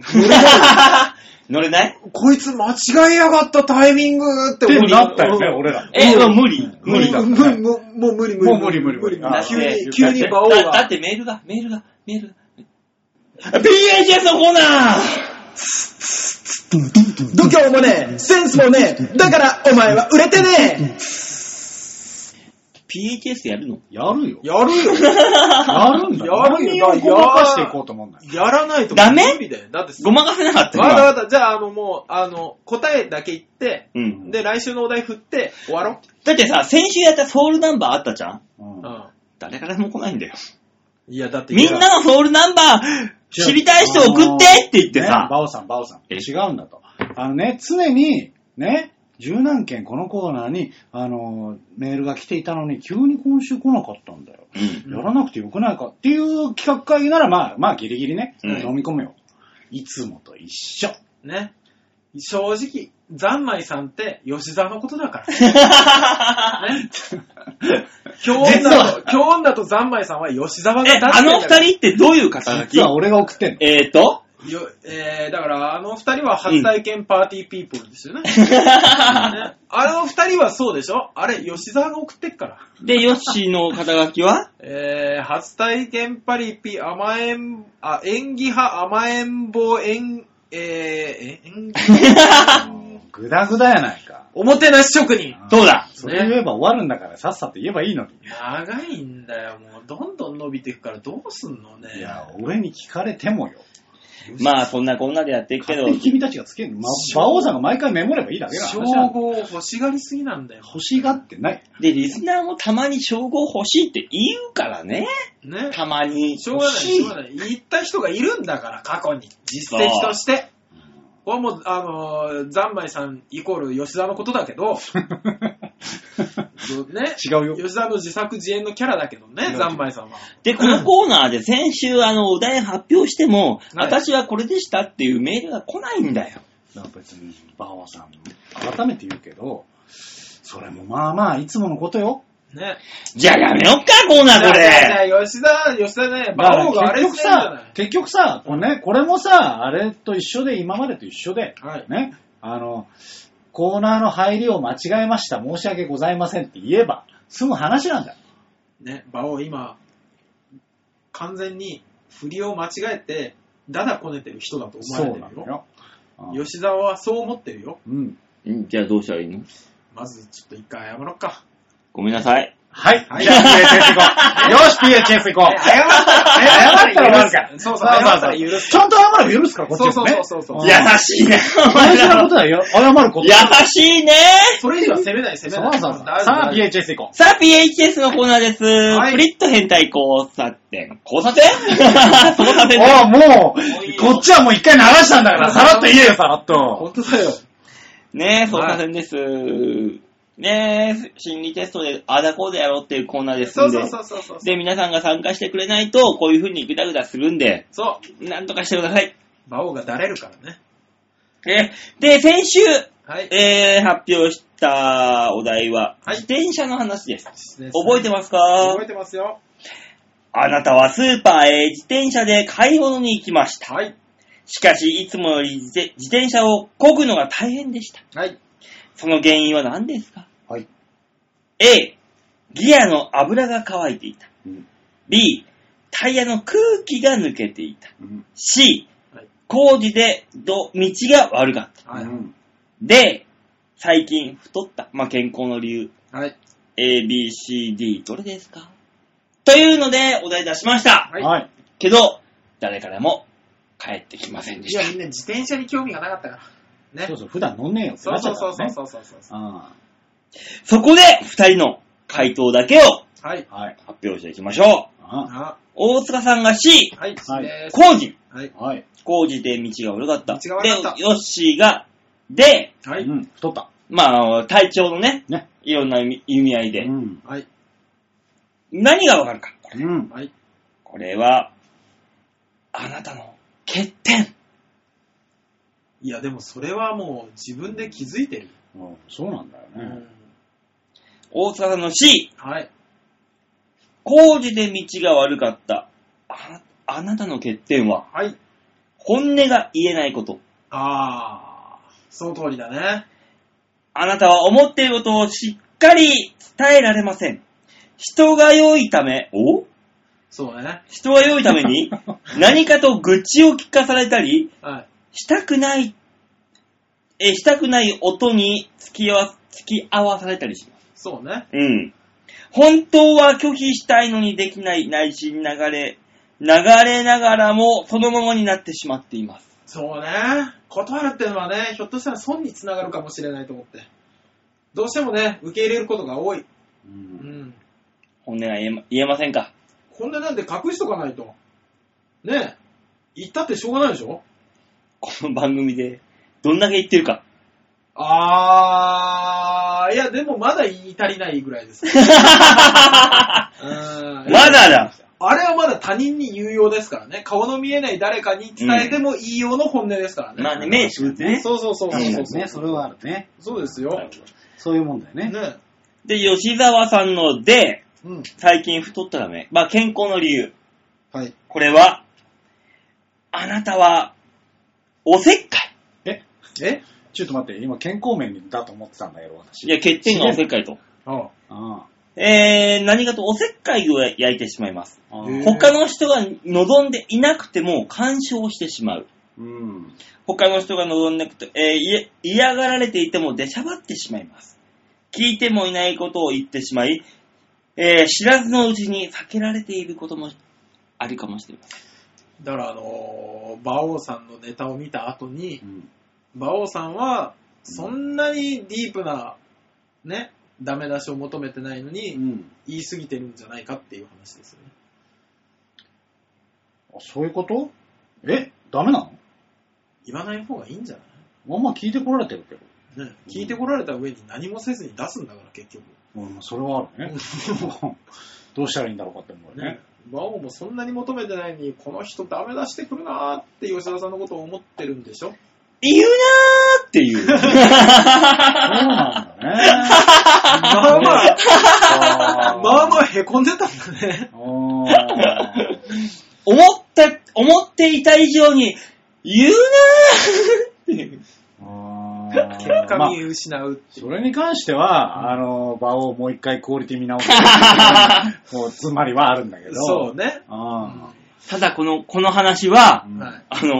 乗乗れないれないこいつ間違えやがったタイミングってって俺なったよね、うん俺ら。え、うんまあ無理。無理だ。もうもうもう無理無理。もう無理無理無理だって急に、急に馬王だだっが。てメールが、メールが、メールが。PHS のコーナー度胸もねえ、センスもねえ、だからお前は売れてね !PHS やるのやるよ。えやるよ。やるんだよ。やるよ何をごまかしていこうと思うんだよ。やらないとダメ無理だよ。だって、ごまかせなかったわかった今わかった。じゃあ、あの、もう、あの、答えだけ言って、うんで、来週のお題振って、終わろだってさ、先週やったソウルナンバーあったじゃんうんう。うん。誰からも来ないんだよ。いや、だって、みんなのソウルナンバー知りたい人送ってって言ってねさ、バオさん、バオさん。え違うんだと。あのね、常に、ね、十何件このコーナーに、あの、メールが来ていたのに、急に今週来なかったんだよ。うんやらなくてよくないかっていう企画会議なら、まあ、まあ、ギリギリね、うん飲み込むよ。いつもと一緒。ね。正直、ざんまいさんって吉沢のことだから。 ね。今日実女はと、今日女とざんまいさんは吉沢が出え、してあの二人人ってどういう肩書き実は俺が送ってんの。えーと、よえー、だからあの二人は初体験パーティーピープルですよ ね。ねあの二人はそうでしょあれ、吉沢が送ってっから。で、ヨッシーの肩書きはえー、初体験パリピ甘えん、あ、演技派甘えん坊演、えー、え演技派 ぐだぐだやないか。おもてなし職人。そうだ。それ言えば終わるんだから、さっさと言えばいいのに。長いんだよ、もう。どんどん伸びていくからどうすんのね。いや、俺に聞かれてもよ。まあ、そんなこんなでやっていくけど勝手、に君たちがつける。ま、馬王さんが毎回メモればいいだけだ称話なんだ。号を欲しがりすぎなんだよ。欲しがってない。で、リスナーもたまに称号欲しいって言うからね。ね。たまに。しょうがない、欲ししょうがない。言った人がいるんだから、過去に。実績として。これはもう、あのー、ざんまいさんイコール吉沢のことだけ ど、ね。違うよ。吉沢の自作自演のキャラだけど違う違ね、うざんまいさんは。で、こ のコーナーで先週、あの、お題発表しても、はい私はこれでしたっていうメールが来ないんだよ。だから別に、馬王さん、改めて言うけど、それもまあまあ、いつものことよ。ね。じゃあやめよっか、コーナーこじゃあれ。じゃあ吉沢、吉沢ね、だか馬王があられ結してんじ局ゃなさい、。結局さ、これね、これもさ、あれと一緒で、今までと一緒で、はい。ね、あの、コーナーの入りを間違えました、申し訳ございませんって言えば、済む話なんだよ。ね、馬王今、完全に振りを間違えて、だだこねてる人だと思われてなんるだよ。よ。うん吉沢はそう思ってるよ。うん。うんじゃあどうしたらいいのまずちょっと一回謝ろっか。ごめんなさい。はい。はいじゃあ、PHS 行こう。よし、PHS 行こう。謝ったえ謝ったら終わるから。そうそう、謝ったら許す。ちゃんと謝れば許すから、こっちもね。そうそうそうそうい優や、しいね。大事なことだよ。謝ること優しいね。それ以上は責めない、責めそなうい。そうそう。大丈夫さあ、大丈 PHS 行こう。さあ、PHS のコーナーです。はいプリット変態交差点。交差点 交差点ああ、も、もういいうよこっちはもう一回流したんだから、さらっと言えよ、さらっ夫本と。当だよ。ねえ、相談戦です。ねえ、心理テストであだこうでやろうっていうコーナーですそんうで。そうそうそうそう。で、皆さんが参加してくれないと、こういう風にグダグダするんで、そう。なんとかしてください。馬王がだれるからね。えで、先週、はい。えー、発表したお題は、はい自転車の話です。覚覚えてます覚かえてますよ。あなたはスーパーへ自転車で買い物に行きました。はい。しかし、いつもより自転自転車を漕ぐのが大変でした。はい。その原因は何ですかはい。 A、ギアの油が乾いていた。うん。 B、タイヤの空気が抜けていた。うん。 C はい、工事でど道が悪かった。はい。 D、最近太った。まあ、健康の理由。はい。 A, B, C, D、どれですかというので、お題出しました。はいはい。けど、誰からも帰ってきませんでいしたや、。みんな自転車に興味がなかったから。そねう。そう、普段飲んねえよってそうなっちそゃううかそらうね。そうそうそうそううんそこで、二人の回答だけをはい。はい。発表していきましょうんあう。大塚さんが C、はい。はいです工事。はい。はい。工事で道が悪かった。道が悪かったで、ヨッシーが、で、はうい。ん。太った。まあ、体調のね、ね。いろんな意味意味合いうで、ん。はい。何がわかるか。うん。はい。これは、あなたの欠点。いや、でもそれはもう自分で気づいてる。うんそうなんだようね。ん大塚さんの C、はい。工事で道が悪かった。ああなたの欠点は、はい。本音が言えないこと。あああ、その通りだね。あなたは思っていることをしっかり伝えられません。人が良いため、おそうね。人が良いため に何かと愚痴を聞かされたり、はい。したくない、え、したくない音に付き合わ、付き合わされたりします。そうね。うん。本当は拒否したいのにできない内心流れ、流れながらもそのままになってしまっています。そうね。断るってのはね、ひょっとしたら損につながるかもしれないと思って。どうしてもね、受け入れることが多い。ううんん。本音が言えま言えませんか本音なんて隠しとかないと。ねえ。言ったってしょうがないでしょこの番組で、どんだけ言ってるか。あー、いや、でもまだ言い足りないぐらいです。うん まだだあれはまだ他人に有用ですからね。顔の見えない誰かに伝えてもいいようの本音ですからね。まあね、目つぶってね。そうそうそうそう確かそうにね、それはあるね。そうですよ。そういうもんだよね。ね。で、吉沢さんので、うん。最近太ったため、まあ健康の理由。はい。これは、あなたは、おせっかい。ええちょっと待って、今健康面だと思ってたんだけど、私。いや、欠点がおせっかいと。ああえー、何かとおせっかいを焼いてしまいます。あ。ああへえ他の人が望んでいなくても干渉してしまう。うん。他の人が望んでなくて、えーいえ嫌がられていても出しゃばってしまいます。聞いてもいないことを言ってしまい、えー知らずのうちに避けられていることもあるかもしれません。だからあのー、馬王さんのネタを見た後にう、ん馬王さんは、そんなにディープな、ね、ダメ出しを求めてないのうに、ん。言い過ぎてるんじゃないかっていう話ですよね。あそういうことえ、ダメなの言わない方がいいんじゃあんま聞いてこられてるけど。ない、ね、聞いてこられた上に何もせずに出すんだから結局。うん、それはあるね。 どうしたらいいんだろうかって思うよねね。、馬王もそんなに求めてないのに、この人ダメ出してくるなーって吉田さんのことを思ってるんでしょ言うなーっていう。そうなんだね。まあまあ、あー まあまあ凹んでたんだ ね。あー思った、思っていた以上に、言うなーっていう。あ結ー。ま果あ見失うっていう。それに関しては、あの、場をもう一回クオリティ見 直す。もう、つまりはあるんだけど。そうね。あ ただこの、この話はう、んはい。あの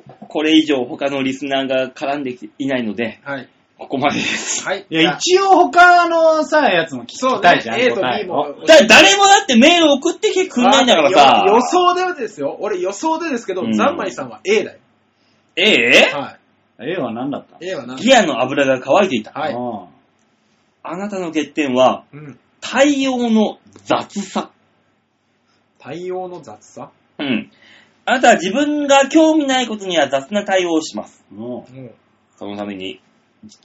ーこれ以上他のリスナーが絡んできていないので、はい。ここまでです。はい。いや、一応他のさ、やつも聞そうきたねい。じゃん。 A と答 B えをも。だから誰もだってメール送ってきてくんないんだからさあ。よ予想でですよ。俺予想でですけど、うんザンマイさんは A だよ。ええは A は何だったい。A は何ギアの油が乾いていた。はい。ああなたの欠点は、うん。対応の雑さ。対応の雑さうん。あなたは自分が興味ないことには雑な対応をします。ーもうん。そのために、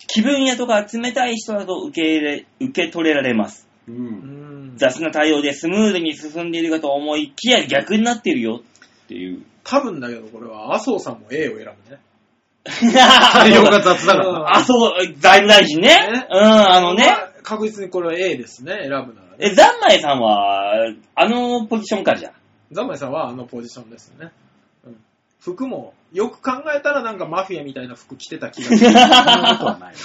気分やとか冷たい人だと受け入れ、受け取れられます。う、う。うんん。雑な対応でスムーズに進んでいるかと思いきや逆になってるよっていう。多分だけど、これは麻生さんも A を選ぶね。対応が雑だかうん ら。あ、そう、財務大臣ね。ねうん、あのねま。あ。確実にこれは A ですね。選ぶならね。え、ザンマイさんは、あのポジションからじゃん。ザンマイさんはあのポジションですね。うん。服も、よく考えたらなんかマフィアみたいな服着てた気が する。そんなことはない。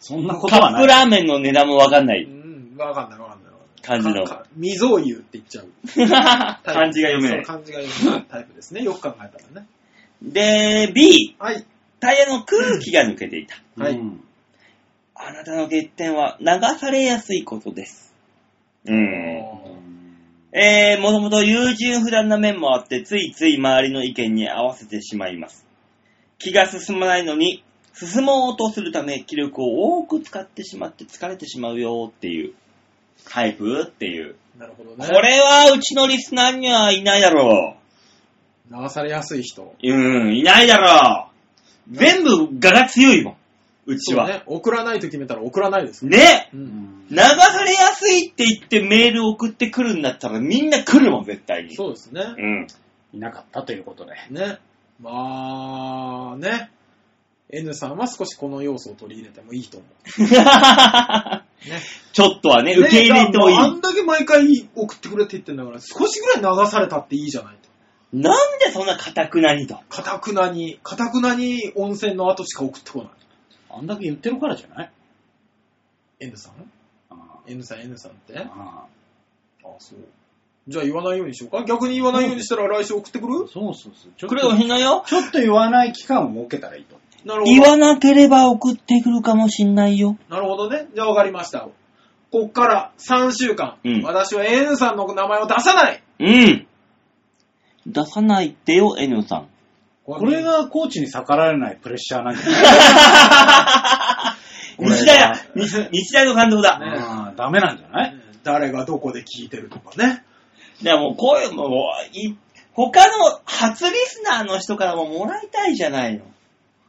そんなことカはップない。ラーメンの値段もわかんなういん、わかんないわかんないわか感んじない。のかか未曾有って言っちゃう。 漢字が読めないそう。漢字が読めないタイプですね。よく考えたらね。で、B、はい。タイヤの空気が抜けていた。はいうんあなたの欠点は流されやすいことです。うん。えー、もともと優柔不断な面もあって、ついつい周りの意見に合わせてしまいます。気が進まないのに、進もうとするため気力を多く使ってしまって疲れてしまうよっていうタイプっていう。なるほどこね。れはうちのリスナーにはいないだろ流されやすい人。う。うん、いないだろう。全部我が強いもん。うちそうは。ね。送らないと決めたら送らないですね。ねう。うんん流されやすいって言ってメール送ってくるんだったらみんな来るもん、絶対に。そうですね。うん。いなかったということで。ね。まあ、ね。N さんは少しこの要素を取り入れてもいいと思う。ね。 ちょっとはね、受け入れてもいねだからもうあい。んだけ毎回送ってくれって言ってんだから、少しぐらい流されたっていいじゃないと。なんでそんな堅くなにと。かたくなに、かたくなに温泉の後しか送ってこない。あんだけ言ってるからじゃない N さんあ ?N さん、N さんってあ、あそう。じゃあ言わないようにしようか逆に言わないようにしたら来週送ってくるそうそうそう。ちょっくれおとひなよ。ちょっと言わない期間を設けたらいいと。なるほ言ど。わなければ送ってくるかもしんないよ。なるほどね。じゃあわかりました。こっから3週間、うん私は N さんの名前を出さないうん。出さないってよ、N さん。ここれがコーチに逆らえないプレッシャーなんじゃないこれ日大や、日日大の監督だ。ねああダメなんじゃない誰がどこで聞いてるとかね。でもうこういう、もう、い他の初リスナーの人からももらいたいじゃないの。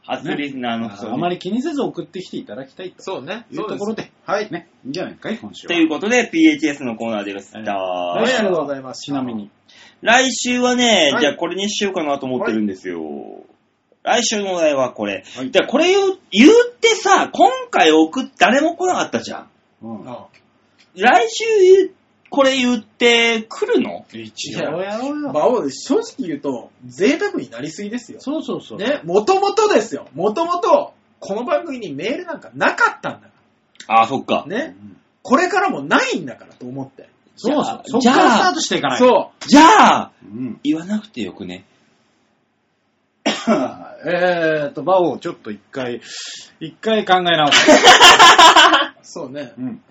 初リスナーの人に。あまり気にせず送ってきていただきたいとそうね。いうそうところで、はい。ね、いいんじゃないかい、今週とは。いうことで、PHS のコーナーでした。えーはい、あり来週がはとうございます。ちなみ。に。来週はね、はいじゃあこれにしようかなと思ってるんですよ。来週のお題はこれ。はいじゃあこれ言う、言ってさ、今回送って誰も来なかったじゃん。うんあ来週言うこれ言って来るの一応やろうあよ。馬王、正直言うと、贅沢になりすぎですよ。そうそうそう。ね、もともとですよ。もともと、この番組にメールなんかなかったんだか。。ああ、そっからうね。んこれからもないんだからと思って。そうそう。そっじゃかあらスタートしていかない。う。そじゃあ、ん。言わなくてよくね。 えーっと、バオ、ちょっと一回、一回考え直す。う。そうね。うんうん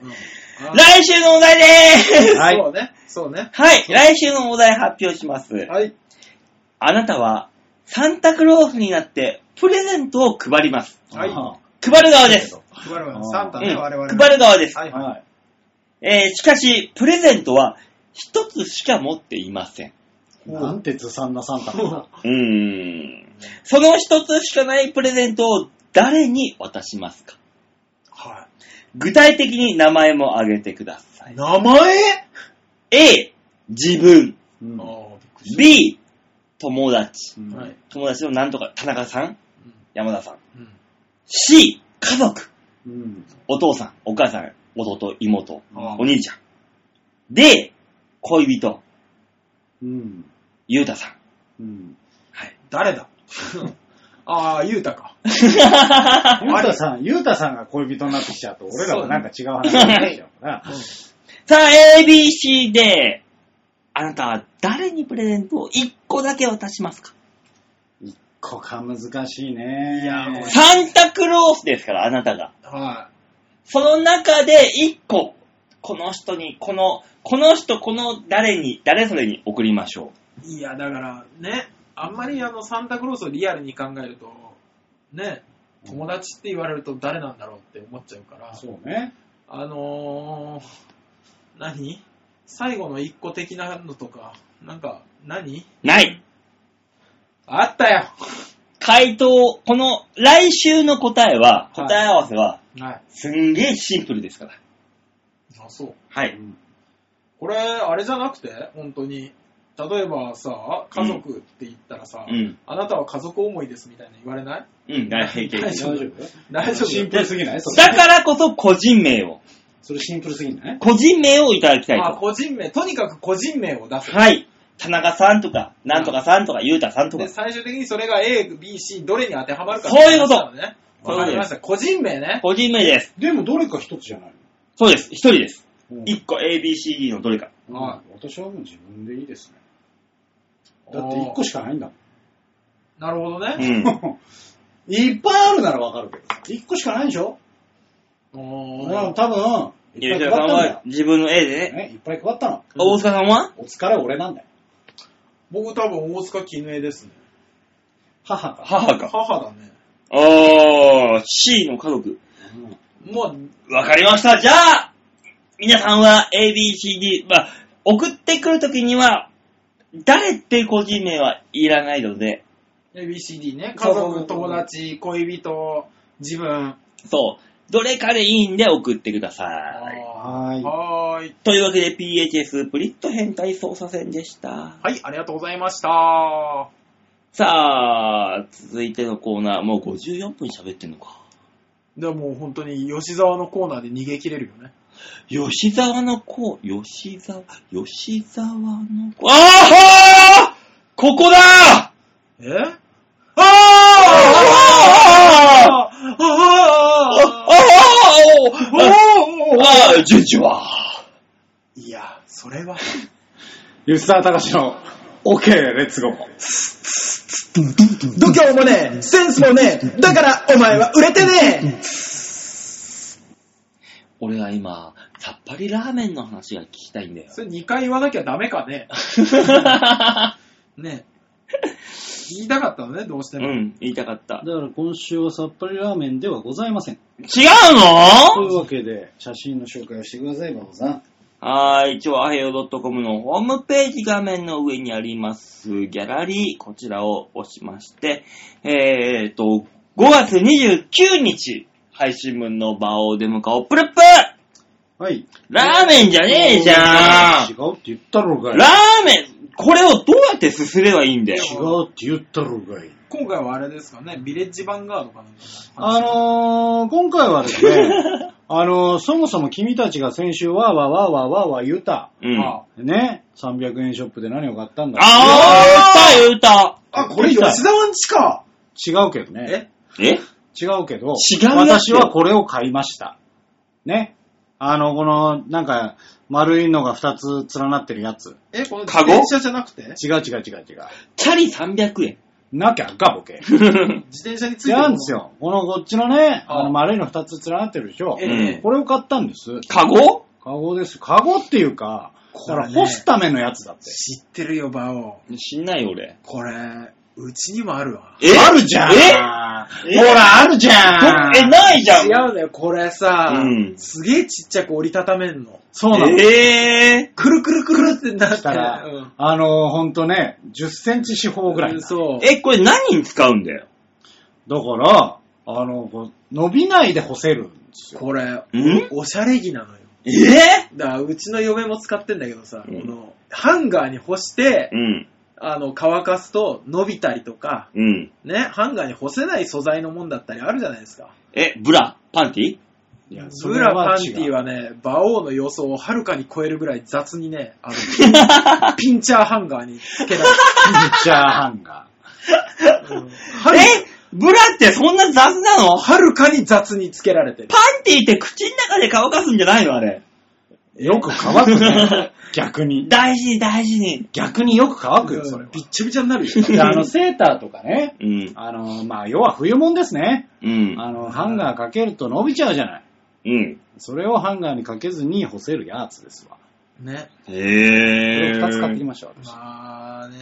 あ来週のお題でーすはいそうね。そうね。はい、来週のお題発表します。はい。あなたは、サンタクロースになって、プレゼントを配ります。はいあ配る側です。配るあ側ーサンタうね、我々。ん、配る側です。はあいはい。はい。えーしかし、プレゼントは一つしか持っていません。なんてずさんなサンタなんだ。うーん。その一つしかないプレゼントを誰に渡しますかは具体的に名前も挙げてください。い。名前 A、自分。うんあーびっくりし B、友達。うんたはい。友達のなんとか、田中さんうん山田さん。うん。 C、家族。うん。お父さん、お母さん、弟、妹、あお兄ちゃん。D、恋人、うん。ゆうたさん。うん。はい。誰だ ああ、ゆうたか。ゆうたさん、ゆうたさんが恋人になってきちゃうと、俺らはなんか違う話になっちゃうから。さあ、A、B、C で、あなたは誰にプレゼントを1個だけ渡しますかこか難しいね。いやー俺サンタクロースですから、あなたが。はその中で1個、この人に、この、この人、この誰に、誰それに送りましょい。いや、だから、ね、あんまりあの、サンタクロースをリアルに考えると、ね、友達って言われると誰なんだろうって思っちゃうから、そうね。あのー、何最後の一個的なのとか、なんか何、う。ないあったよ回答、この来週の答えは、はい答え合わせは、はい。すんげえシンプルですから。あ、そう。はうい。んこれ、あれじゃなくて、本当に。例えばさ、家族って言ったらさ、うん。あなたは家族思いですみたいな言われないうん、大平大均。丈丈夫夫大丈夫シンプルすぎないそれだ。からこそ個人名を、それシンプルすぎない個人名をいただきたいあ、と。個人名、とにかく個人名を出す。はい。田中さんとか、なんとかさんとか、ゆうたさんとかで、。最終的にそれが A、B、C、どれに当てはまるかそういうことわ、ね、そういうことですわかりました。個人名ね。個人名です。でもどれか一つじゃないそうです。一人です。の一個 ABCD のどれか。うんは私はもう自分でいいですね。だって一個しかないんだもん。おーなるうほどね。ん。いっぱいあるならわかるけど。一個しかないでしょおうんー多分、いゆっうぱい配たさんったんだよは。自分の A でね。ねいっぱい配ったの。大塚さんはお疲れ俺なんだよ。僕多分大塚絹江ですね。母が。母か。母だね。あー、C の家族。うんもう、わかりました。じゃあ、皆さんは ABCD、まあ、送ってくるときには、誰って個人名はいらないので、 ABCD ね。そ家うそうそう族、友達、恋人、自分。そう、どれかでいいんで送ってください。ははーいはーい。というわけで PHS プリット変態操作戦でした。はい、ありがとうございました。さあ、続いてのコーナー、もう54分喋ってんのか。でも本当に吉沢のコーナーで逃げ切れるよね。吉沢の子、吉沢、吉沢の子、あーはーここだえああああああああ、順次は。いや、それは。吉沢隆の OK、レッツゴー。度胸もねえ、センスもねえ、だからお前は売れてね俺は今、さっぱりラーメンの話が聞きたいんだよえ。それ2回言わなきゃダメかね。ねえ。言いたかったのね、どうしてうも。ん、言いたかっただ。から今週はさっぱりラーメンではございません。違うといのうわけで、写真の紹介をしてください、バオさん。はーい、一応、あへよ .com のホームページ画面の上にあります、ギャラリー、こちらを押しまして、えーと、5月29日、配信分の場を出迎おう、プルップはい。ラーメンじゃねえじゃん違うって言ったろうがい。ラーメン、これをどうやってすすればいいんだよ。違うって言ったろうがい。今回はあれですかね、ビレッジヴァンガードかなんかの話。あのー、今回はですね、 あのー、そもそも君たちが先週わーわーわーわーわーわー言うた。うん。ああね、300円ショップで何を買ったんだあー、言った言った。あ、これ吉沢んちか。違うけどね。ええ違うけど、違うやつ私はこれを買いました。ね。あの、この、なんか、丸いのが2つ連なってるやつ。え、この自カゴ転車じゃなくて自違う違う違う違う。チャリ300円。なきゃガボケ。転車に つい違てるうんです。よ。このこっちのね、あああの丸いの2つ連なってるでしょ。ええこれを買ったんです。カゴカゴです。カゴっていうか、こだれかねら干すためのやつだって。知ってるよ、バオ。知んないよ、俺。これ、うちにもあるわ。えあるじゃんええほら、あるじゃんえ、ないじゃん違うね、これさ、うんすげえちっちゃく折りたためんの。そうなの。えくるくるくるってなっしたたらら、、あのー、ほんとね、10センチ四方ぐらいな。うんだかそう。ー、え、これ何に使うんだよら、あの、こう伸びないで干せるんですよ。これ、んおしゃれ着なのよ。えだから、うちの嫁も使ってんだけどさ、うんこの、ハンガーに干してう、ん、あの、乾かすと伸びたりとか、うん。ね、ハンガーに干せない素材のもんだったりあるじゃないですか。え、ブラ、パンティいや、そブれラパはン違うティはね、馬王の予想をはるかに超えるぐらい雑にね、あの、 ピンチャーハンガーにつけらチャーハンガれて、うんはるえ、ブラってそんな雑なのはるかに雑につけられてる。パンティって口の中で乾かすんじゃないのあれ。ー。よく乾く ね。逆に。大事に大事に。逆によく乾くよ、それはび。っちゃびちゃになるよ。であの、セーターとかね、うん、あの、まあ、要は冬もんですね。うん、あの、ハンガーかけると伸びちゃうじゃない。うん。それをハンガーにかけずに干せるやつですわ。ね。へこれぇ2つ買ってきました、私。まあね、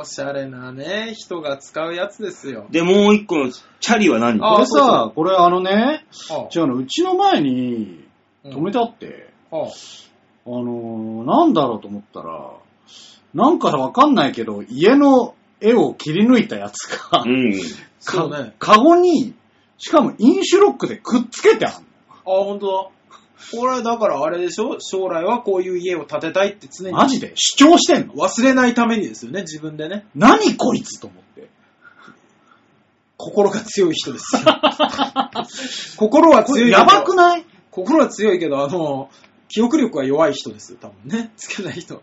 おしゃれなね、人が使うやつですよ。で、もう一個のチャリは何あこれそうそさ、これあのね、あ違うの、うちの前に止めてあって、ああのー、なんだろうと思ったら、なんかわかんないけど、家の絵を切り抜いたやつが、うん。そうね。カゴに、しかも飲酒ロックでくっつけてあんあ、ほんとだ。これだからあれでしょ将来はこういう家を建てたいって常の。に。マジで主張してんの忘れないためにですよね、自分でね。何こいつと思って。心が強い人 ですよ。心はこ強いれけどやばくない心は強いけど、あの、記憶力が弱い人ですよ、多分ね。つけない人。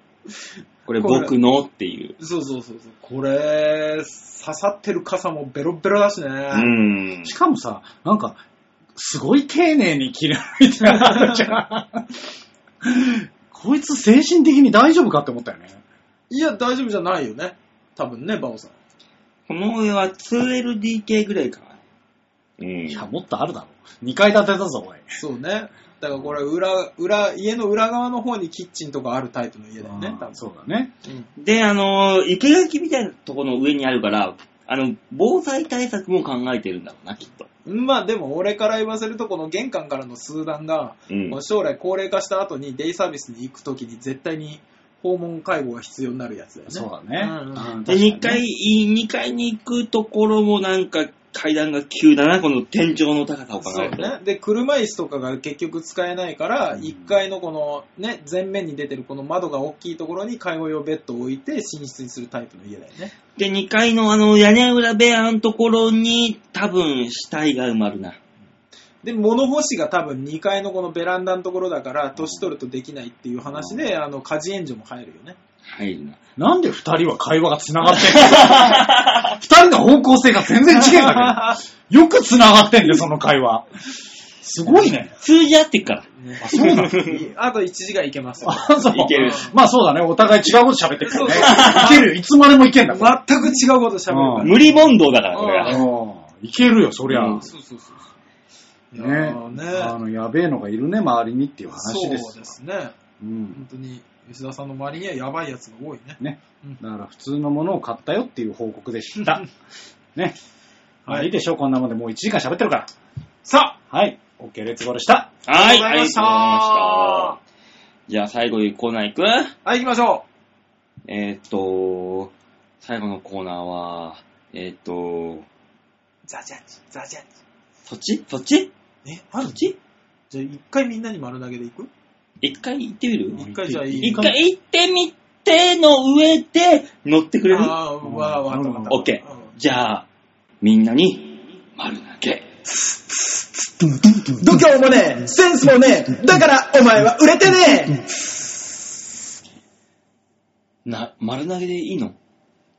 これ僕のっていう。そうそうそうそう。これ、刺さってる傘もベロッベロだしね。うんし。かもさ、なんか、すごい丁寧に切り抜いてあるじゃん。こいつ精神的に大丈夫かって思ったよね。いや、大丈夫じゃないよね。多分ね、バオさん。この上は 2LDK ぐらいかな。うん。いや、もっとあるだろ。2階建てだぞ、おい。そうね。だからこれ、裏、裏、家の裏側の方にキッチンとかあるタイプの家だよね、多分。そうだね。うんで、あのー、生垣みたいなとこの上にあるから、あの、防災対策も考えてるんだろうな、きっと。まあでも俺から言わせるとこの玄関からの数段が、うんこの将来高齢化した後にデイサービスに行くときに絶対に訪問介護が必要になるやつだよね。そうだうね。んうんうんで、2階、。2階に行くところもなんか階段が急だな、この天井の高さを考そえうると。ね。で、車椅子とかが結局使えないから、1階のこのね、前面に出てるこの窓が大きいところに介護用ベッドを置いて寝室にするタイプの家だよね。で、2階のあの、屋根裏部屋のところに、多分、死体が埋まるな。で、物干しが多分2階のこのベランダのところだから、年取るとできないっていう話で、あの、家事援助も入るよね。 入るな。なんで二人は会話が繋がってんの二人の方向性が全然違うんだけど。よく繋がってんだよ、その会話。すごいね。通じ合ってっから。 あ、そうなのあと1時間いけます。あそういけるまあそうだね。お互い違うこと喋ってるからねそうそ。いけるよ。いつまでもいけんだ全から。く違うこと喋るから。無理問答だから、これうは。うんいけるよ、そりゃ。うんそうそうそうそう。いやねーあね。の、やべえのがいるね、周りにっていうそ話うで。ですすね。うん。本当に、吉田さんの周りにはやばいやつが多いね。ねうん。だから普通のものを買ったよっていう報告でした。ね。まあはいいいでしょう、こんなもんでもう1時間喋ってるから。さはい。OK、レッツゴーでした。あはい、あありりがとうございまがとうございまししたた。じゃあ最後にコーナー行くあ、はい、行きましょえーっと、最後のコーナーは、えーっと、う。ザジャッジ、ザジャッそっちそっちジ。え、あそるっちじゃあ一回みんなに丸投げでいく一回行ってみるうん一回じゃあいい一回行ってみての上で乗ってくれるああ、わあ、わあ、わかったオッケうんじゃあ、みんなに丸投げ。度胸もねえセンスもねえだからお前は売れてねな、丸投げでいいの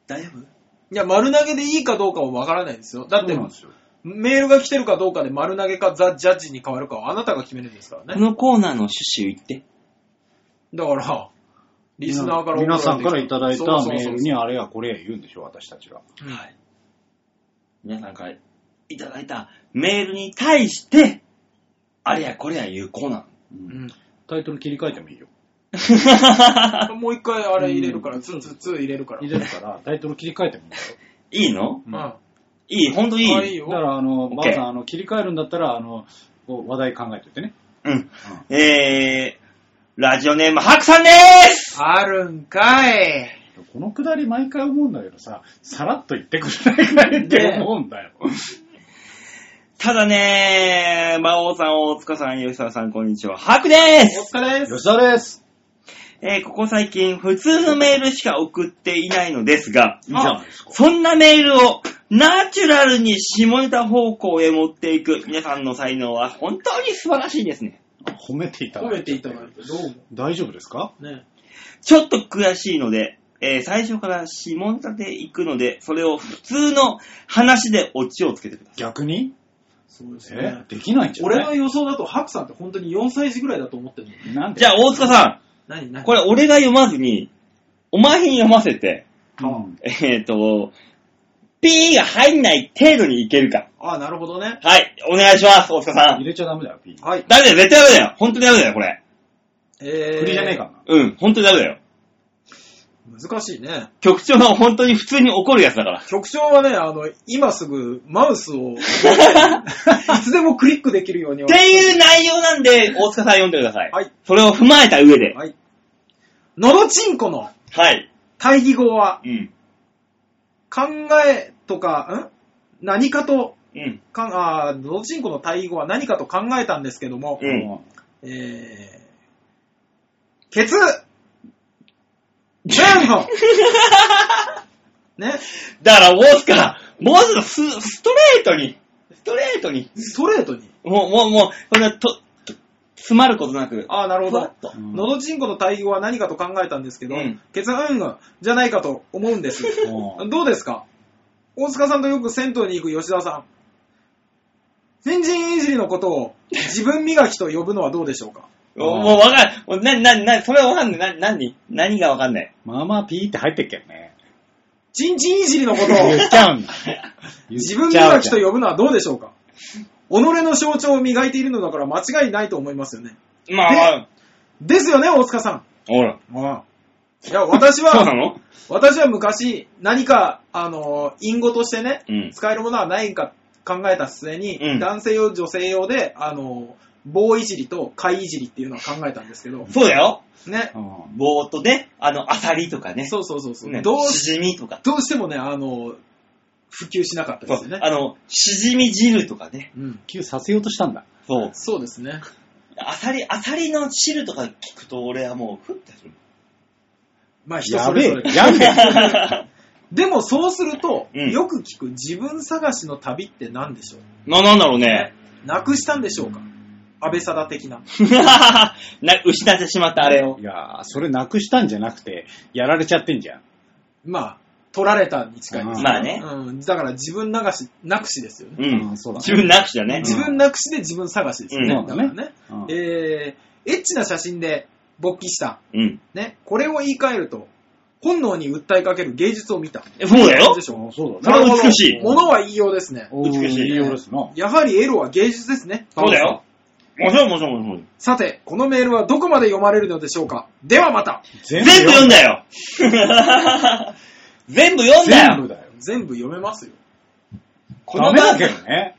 大丈夫いや、丸投げでいいかどうかはわからないですよ。だってそうなん、ですよメールが来てるかどうかで丸投げかザ・ジャッジに変わるかはあなたが決めるんですからこね。のコーナーの趣旨を言って。だから、リスナーから皆さんからいただいたそうそうそうメールにあれやこれや言うんでしょ、私たちが。はい。皆さんからいただいたメールに対して、あれやこれや言うコーナうんタイトル切り替えてもいいよ。ー。もう一回あれ入れるから、ツーツーツー入れるから。入れるから、タイトル切り替えてもいいよ。 いいのうん。あいい、ほんといいいい。だよ。から、あの、 OK ばあさん、あの、切り替えるんだったら、あの、こう話題考えておいてね。うん。えー、ラジオネーム、ハクさんでーすあるんかい。このくだり毎回思うんだけどさ、さらっと言ってくれないかいって思うんだよ。ただねー、魔王さん、大塚さん、吉沢さん、こんにちは。ハクでーすお疲れです。 吉田です。えー、ここ最近、普通のメールしか送っていないのですが、いいじゃないですか。そんなメールをナチュラルに下ネタ方向へ持っていく皆さんの才能は本当に素晴らしいですね。褒めていただ褒いめていただいて、どう大丈夫ですかも。ね。ちょっと悔しいので、えー最初から下ネタで行くので、それを普通の話でオチをつけてくださ逆にそうですえね。できないんじゃない俺の予想だと、ハクさんって本当に4歳児ぐらいだと思ってるの。なんい。でじゃあ、大塚さ何ん、何これ俺が読まずに、お前に読ませて、うんえっ、と、ピーが入んない程度にいけるか。ああ、なるほどね。はい、お願いします、大塚さん。入れちゃダメだよ、ピー。はい。ダメだよ、絶対ダメだよ。本当にダメだよ、これ。えー。振りじゃねえかうん、本当にダメだよ。難しいね。局長は本当に普通に怒るやつだから。局長はね、あの、今すぐマウス を、いつでもクリックできるようにっていう内容なんで、大塚さん読んでください。はい。それを踏まえた上で。はい。のどちんこのはい。対義語は、うん。考えとか、ん何かと、うん。かんあーのどちんこの対義語は何かと考えたんですけども、うな。ん。もえー、ケツ、チェーンの、ね、だから、大塚、もうちょっとスストレートに、ストレートに、ストレートに。もう、もう、もう、そんな、と、と詰まることなく、ああ、なるほふわどっ。とう。うんのどちんこの対義語は何かと考えたんですけど、うんケツうんうんじゃないかと思うんです。うんどうですか大塚さんとよく銭湯に行く吉田さん。新人いじりのことを自分磨きと呼ぶのはどうでしょうかもうもうわかんない。もうな、な、な、それはわかんない。な、何何がわかんない。まあまあ、ピーって入ってっけんね。ちんちんいじりのことを言っちゃうんだ。 自分磨きとよ。呼ぶのはどうでしょうか己の象徴を磨いているのだから間違いないと思いますよね。まあ、ですよね、大塚さほら。ん。いや、私そうなは、の私は昔、何か、あの、隠語としてね、うん使えるものはないか考えた末に、うん男性用、女性用で、あの、棒いじりと貝いじりっていうのは考えたんですけど、そうだよ。ね、うんぼーっとね、あの、アサリとかね。そうそうそうそう、ねどうしじみとか。どうしてもね、あの、普及しなかったそですよう。ね。あの、しじみ汁とかね。うん、急させようとしたんだ。そう。そうですね。アサリ、アサリの汁とか聞くと俺はもう、ふって する。まあ人やそべれえぞれ。、やべえ。でもそうすると、うんよく聞く自分探しの旅って何でしょうな、なんだろうね。なくしたんでしょうか安倍貞的な。 な失ってしまったあれをい。やー、それなくしたんじゃなくて、やられちゃってんじゃん。まあ、取られたに近いです、うんまあね。うん。だから自分流し、なくしですよね。うん。うんそうだね自分なくしだね。自分なくしで自分探しですよね。うんだからね。うんえー、エッチな写真で勃起した。うん。ね。これを言い換えると、本能に訴えかける芸術を見た。えそうだよで。しょそうそれは美しいものは言いようですね。おー美しいいいようですな。やはりエロは芸術ですね。そうだよ。もちろんもちろんもちろん。さて、このメールはどこまで読まれるのでしょうかではまた全全部読んだだよ全部 読んだ全よ部だよ。全部読めますよ。こダのメだけどね。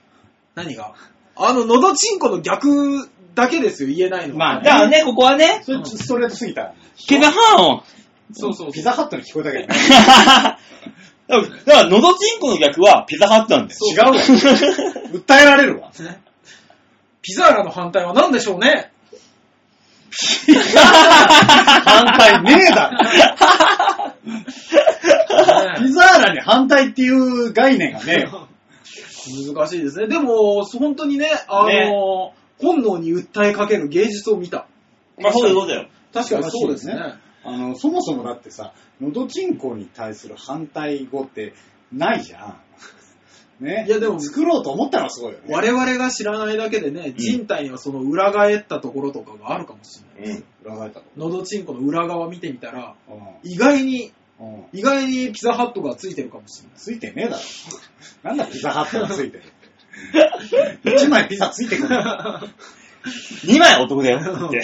何があの、のどちんこの逆だけですよ、言えないのは。まあだからね、ここはね、それストレートすぎた。ピザハー ンを。そうそうピザハットに聞こえたけどね。だから、のどちんこの逆はピザハットなんだよ。違うわ。訴えられるわ。ピザーラの反対は何でしょう ね反対ねえだ ろ。ピねザーラに反対っていう概念がねえ よ。難しいですね。でも、本当にね、あの、ね本能に訴えかける芸術を見た。まあ、そういうことだよ。確かにそうですね。素晴らしいあの、そもそもだってさ、のどちんこに対する反対語ってないじゃん。 ね。いやでも作ろうと思ったのはすごいよね。我々が知らないだけでね、人体にはその裏返ったところとかがあるかもしれない。うん。裏返ったと。のどちんこの裏側見てみたら、う意外に、ん。うん。意外にピザハットがついてるかもしれない。ついてねえだろ。なんだピザハットがついてる。 一枚ピザついてくる。 2枚お得だよ。って。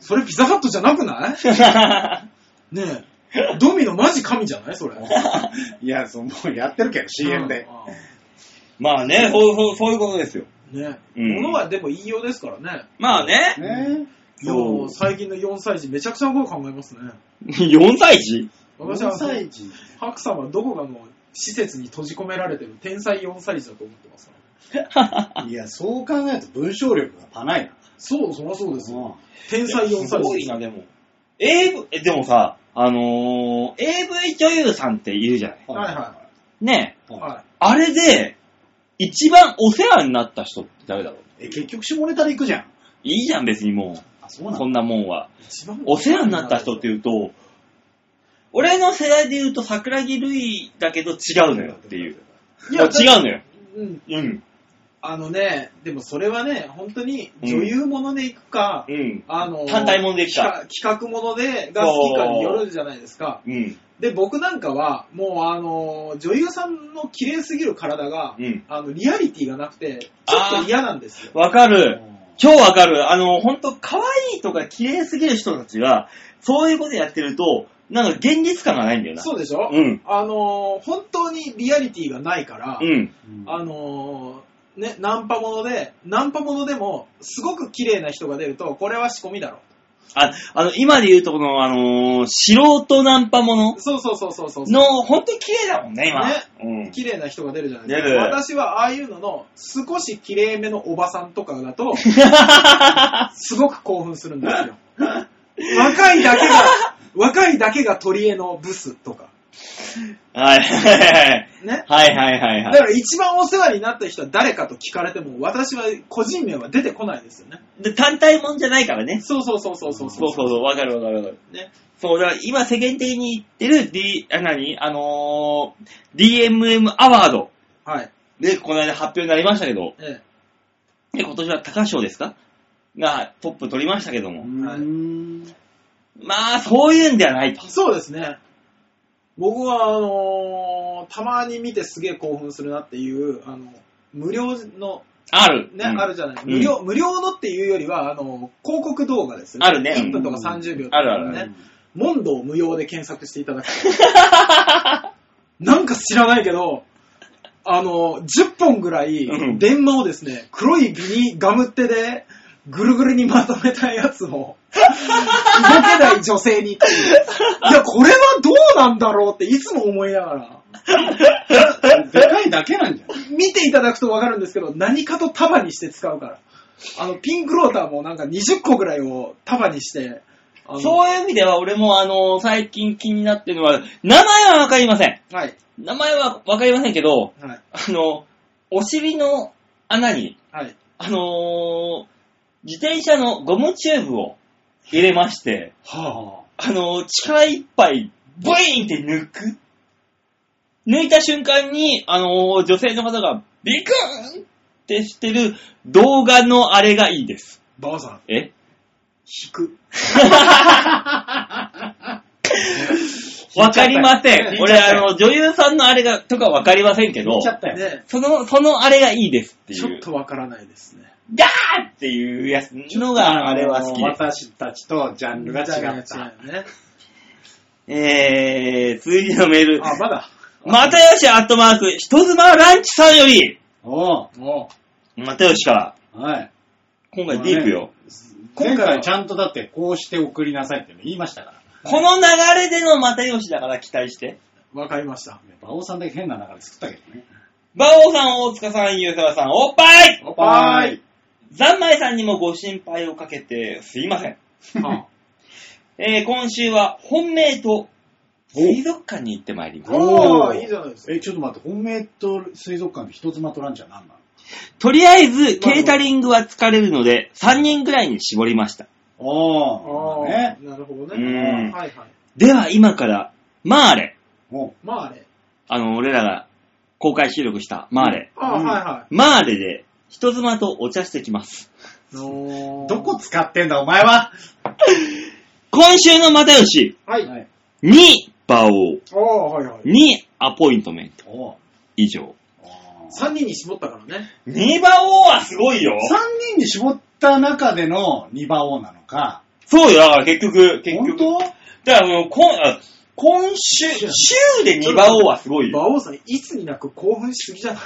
それピザハットじゃなくないねえ。ドミノマジ神じゃな いそれ。いや、そのもうやってるけど CM で。うん。 まあね、そうそうそういうことですよ。ね、うんものはでも言いようですからね。まあね、ねいやそう最近の4歳児めちゃくちゃ僕考えますね。 4歳 児私は4歳児。白さんはどこかの施設に閉じ込められてる天才4歳児だと思ってますから、いや、そう考えると文章力がパないな。そう、そりゃそうですよ。うん天才4す歳児ごでいす。な、でも。AV、えでもさ、あのー、AV 女優さんっているじゃない。はいはねい。ははあれで、一番お世話になった人って誰だろうい。え、結局下ネタで行くじゃん。いいじゃん、別にもあ、そうう。なそのんなもんは。い。一番お世話になった人っていうと、俺の世代で言うと桜木ルイだけど違うのよっていう。いいやや、違うのよ。うん。うん。あのね、でもそれはね、本当に女優もので行くか、うん。あの、単体もので行くか企画企画ものでが好きかによるじゃないですか。うん。で、僕なんかは、もうあの、女優さんの綺麗すぎる体が、うん。あの、リアリティがなくて、ちょっと嫌なんですよ。わかる。超わかる。あの、ほんと、可愛いとか綺麗すぎる人たちが、そういうことやってると、なんか現実感がないんだよな。そうでしょ、うん。あのー本当にリアリティがないから、うん。うんあのーね、ナンパもので、ナンパものでも、すごく綺麗な人が出ると、これは仕込みだろ。あ、あの、今で言うとこの、あのー素人ナンパものそうそうそうそうそう。の、ほんと綺麗だもんね、今。うん。綺麗な人が出るじゃないです出か。る私はああいうのの、少し綺麗めのおばさんとかだ と、すごく興奮するんです よ。若いだけが、若いだけが取り柄のブスとか。はいはいね。はいはいはいだはかい。ら一番お世話になった人は誰かと聞かれても、私は個人名は出てこないですよね。で単体もんじゃないからね。そうそうそうそうそうそうそうそう、わかるわかるわかる。ね。そう、だから今世間的に言ってる D、あ、何あのー、DMM アワード。はい。で、この間発表になりましたけど、ええで今年は高賞ですかがトップ取りましたけども。はいうーんまあ、そういうんではないと。そうですね。僕は、あのーたまに見てすげえ興奮するなっていう、あの、無料の、ある。ね、うんあるじゃない。うん無料、無料のっていうよりは、あの、広告動画ですよあるね1分とか30秒とあか、ね。るあるあるモンドを無料で検索していただく。 なんか知らないけど、あの、10本ぐらういん電話をですね、黒いビニガム手でぐるぐるにまとめたやつを、動けない女性にっていういや、これはどうなんだろうっていつも思いながら、でかいだけなんじゃん。見ていただくとわかるんですけど、何かと束にして使うから。あの、ピンクローターもなんか20個ぐらいを束にして、あのそういう意味では、俺もあのー最近気になってるのは、名前はわかりません。はい、名前はわかりませんけど、はい、あの、お尻の穴に、はい。あのー自転車のゴムチューブを入れまして、はあの、力いっぱい、ブイーンって抜く。抜いた瞬間に、あの、女性の方がビクーンってしてる動画のあれがいいです。ばあさん、え引く。わかりません。引いち俺、ゃったあよの、女優さんのあれが、とかわかりませんけあ。行どっち、ゃったよ。ね、その、そのあれがいいですっていう。ちょっとわからないですね。ガーっていうやつのが、あれは好きあのです。私たちとジャンルが違った。違う ね。えー、続いてのメール。あ、まだ。またよしアットマーク、人妻ランチさんより、おうもまたよしから、はい。今回ディープよ。今回は前回ちゃんとだって、こうして送りなさいって言いましたから。この流れでの又吉だから期待して。う、わかりました。馬王さんだけ変な流れ作ったけどね。馬王さん、大塚さん、ゆうさわさん、おっぱいおっはぱーいい。。ざんまいさんにもご心配をかけて、すいません。はえー、今週は本命と水族館に行ってまいります。 おおーーいいじゃないですか。え、ちょっと待って、本命と水族館で人妻とランチは何なのとりあえず、ケータリングは疲れるので、3人ぐらいに絞りました。あおー。あ、ね。なるほどうんね。はいはい。では、今から、マーレ。おうまああれ。あの、俺らが公開収録したマーレ。ああ、うんはいはマーレで、人妻とお茶してきます。い。おーどこ使ってんだ、お前は。今週の又吉、はい。はい。に、馬王、ああ、はいはい。に、アポイントメント。おう以上。おう3人に絞ったからね。 2馬王はすごいよ三人に絞った中での2馬王なのか。そうよ、だから結局、結局。本だからもう、こんあ今週、週で2馬王はすごいよ。馬王さん、いつになく興奮しすぎじゃない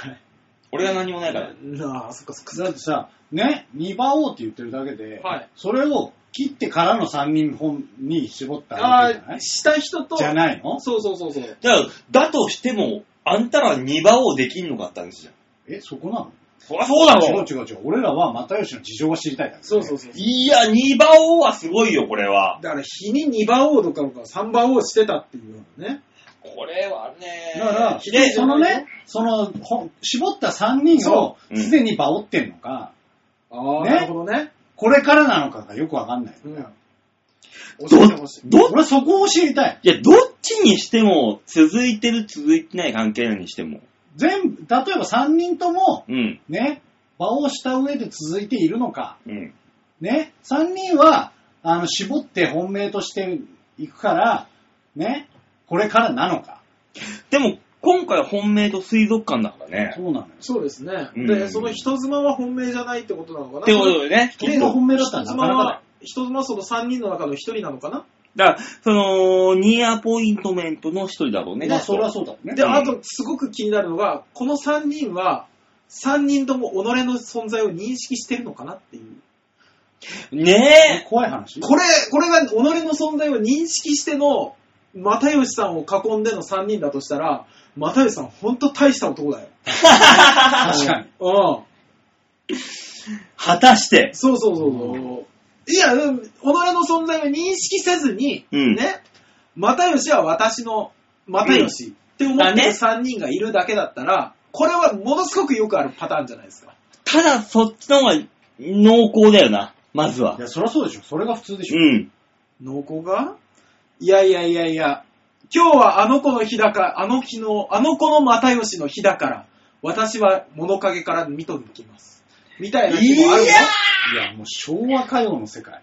俺が何もないから。なあ、そっかそっか当だってさ、ね、2馬王って言ってるだけで、はいそれを切ってからの3人本に絞ったわけじゃあなあ、いした人と。じゃないのそうそうそうそう。だから、だとしても、あんたら2馬王できんのかったんですよ。え、そこなのそりゃそうだ違ろう。違う違う。俺らは又吉の事情を知りたいだけ、そうそうそう。いや、2馬王はすごいよ、これは。だから、日に2馬王とか3馬王してたっていうようなね。これはね。だから、ひでえで、じゃそんのね、その、ほん絞った3人をそうんすでにバオってんのか、ああ、ねなるほどね。これからなのかがよくわかんない。うん。教えてどほしい、。ど俺そこを知りたい。いや、どっちにしても、続いてる、続いてない関係なのにしても。全部、例えば3人とも、うん。ね、場をした上で続いているのか、うん。ね、3人は、あの、絞って本命としていくから、ね、これからなのか。でも、今回は本命と水族館だからね。そうなのよ。そうですね。うんで、その人妻は本命じゃないってことなのかなってことでね。人妻本命だったらな人か妻なかだよは、人妻はその3人の中の1人なのかなだから、その、ニアポイントメントの一人だろうね。まあ、それはそうだよね。で、うんあと、すごく気になるのが、この3人は、3人とも己の存在を認識してるのかなっていう。ねえ。怖い話。これ、これが己の存在を認識しての、又吉さんを囲んでの3人だとしたら、又吉さん、ほんと大した男だよ。確かに。。うん。果たして。そうそうそうそう。いや、うん己の存在を認識せずに、うんね、又吉は私の又吉って思っだてねる3人がいるだけだったら、これはものすごくよくあるパターンじゃないですか。ただ、そっちの方が濃厚だよな。まずはいや、そりゃそうでしょ。それが普通でしうょ。ん。濃厚がいやいやいやいや、今日はあの子の日だから、あの日の、あの子の又吉の日だから、私は物陰から見ときます。みたいな日もあるのいやいや、もう昭和歌謡の世界。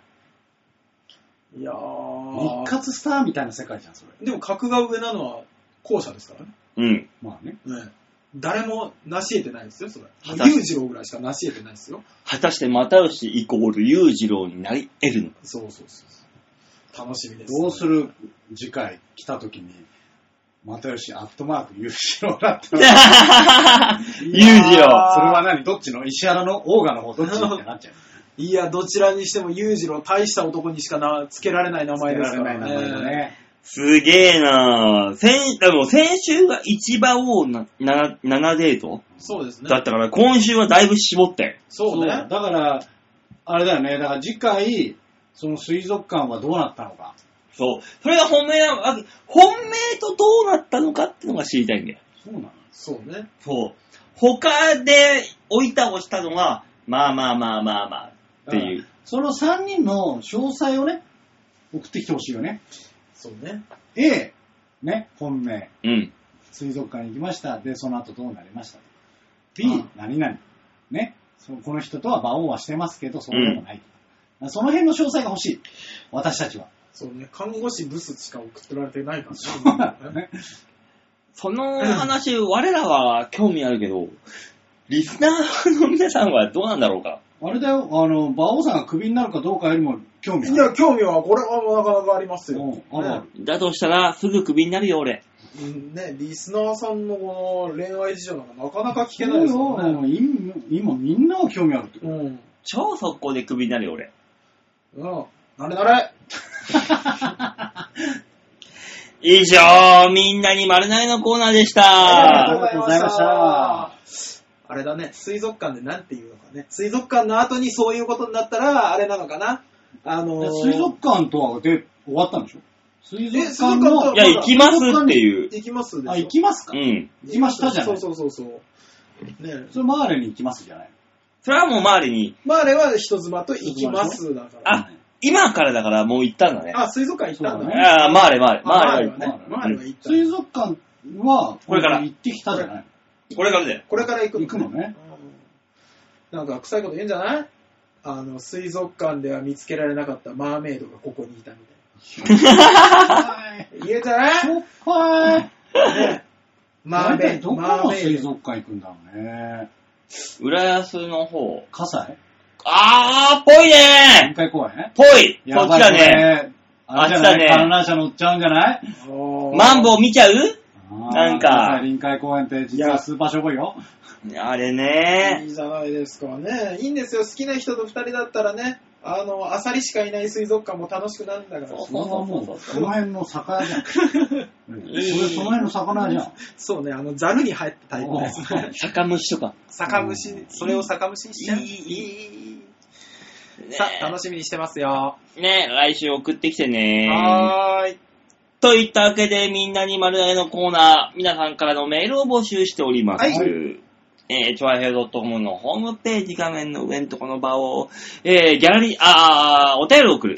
いや日ー活スターみたいな世界じゃん、それ。でも格が上なのは後者ですからね。うん。まあね。ね、誰も成し得てないですよ、それ。果たして裕次郎ぐらいしか成し得てないですよ。果たして、又吉イコール裕次郎になり得るのか。そうそうそう。楽しみです、どうする次回来た時に、又吉アットマーク優勝だったら。裕次郎。あーそれは何どっちの石原のオーガの方どっちってなっちゃう。いや、どちらにしても裕次郎、大した男にしかな、つけられない名前ですからね。つけられない名前だね。すげえなぁ。先、でも先週が一番王な、な、7デートそうですだね。ったから、今週はだいぶ絞って。そうだね。から、あれだよね。だから次回、その水族館はどうなったのか。そう。それが本命なの、あ本命とどうなったのかっていうのが知りたいんだよ。そうなのそうね。そう。他で置いたをしたのは、まあまあまあまあまあ。っていう。その3人の詳細をね、送ってきてほしいよね。そうね。 A、ね、本命、うん。水族館に行きました。で、その後どうなりました。B、何々。ね、そのこの人とは馬王はしてますけど、そうでもない。その辺の詳細が欲しい。私たちは。そうね。看護師ブスしか送ってられてないからそう ね。その話、我らは興味あるけど、リスナーの皆さんはどうなんだろうか。あれだよ、あの、馬王さんがクビになるかどうかよりも興味いある。や、興味は、これはなかなかありますよ。うんあるあるだとしたら、すぐクビになるよ、俺。うんね、リスナーさんのこの恋愛事情なんかなかなか聞けないですそうよね。よ、今今みんなが興味あ るって。うん。超速攻でクビになるよ、俺。うん。なれなれ以上、みんなに丸投げのコーナーでした。ありがとうございました。あれだね、水族館でなんていうのかね。水族館の後にそういうことになったら、あれなのかな。あのー、水族館とはで終わったんでしょ水え族水族館館のといや、行きますっていう。行きますでしょあ、行きますか、うん。行きましたじゃないそうそうそうそう。ねそれマーレに行きますじゃないそれはもう周りに、まああれは人妻と行きますだから。あ、今からだからもう行ったんだね。あ、水族館行ったんだそうだね。ねああ、周り周り。まああ周れりははねね。周。りまああれは行った。水族館は、これから行ってきたじゃないこれからだよ。これから行く行くのね。うんなんか臭いこと言うんじゃないあの、水族館では見つけられなかったマーメイドがここにいたみたいな。言うんじゃなそっかい。い、ね、マー大メイ体ド。どこマーのメイ水ド。族館行くんだろうね。浦安の方。葛西あー、ぽい臨ね海公園ぽいそっちだね。。あれじゃないあっちだ観ね覧車乗っちゃうんじゃないマンボボウ見ちゃうなんか葛西臨海公園って実はスーパーしょぼいよ。あれねいいじゃないですかね。いいんですよ。好きな人と二人だったらね、あの、アサリしかいない水族館も楽しくなるんだからそ。それはもう、その辺の 魚じゃん。うんそれその辺の魚じゃん。そうね、あの、ザルに入ったタイプですね。酒蒸しとか。酒蒸し、それを酒蒸しにしちゃう。いいねさあ、楽しみにしてますよ。ね来週送ってきてねはーい。といったわけで、みんなに丸投げのコーナー、皆さんからのメールを募集しております。はいえー、ちょいへい .com のホームページ画面の上のとこの場を、えー、ギャラリー、あー、お便りを送る。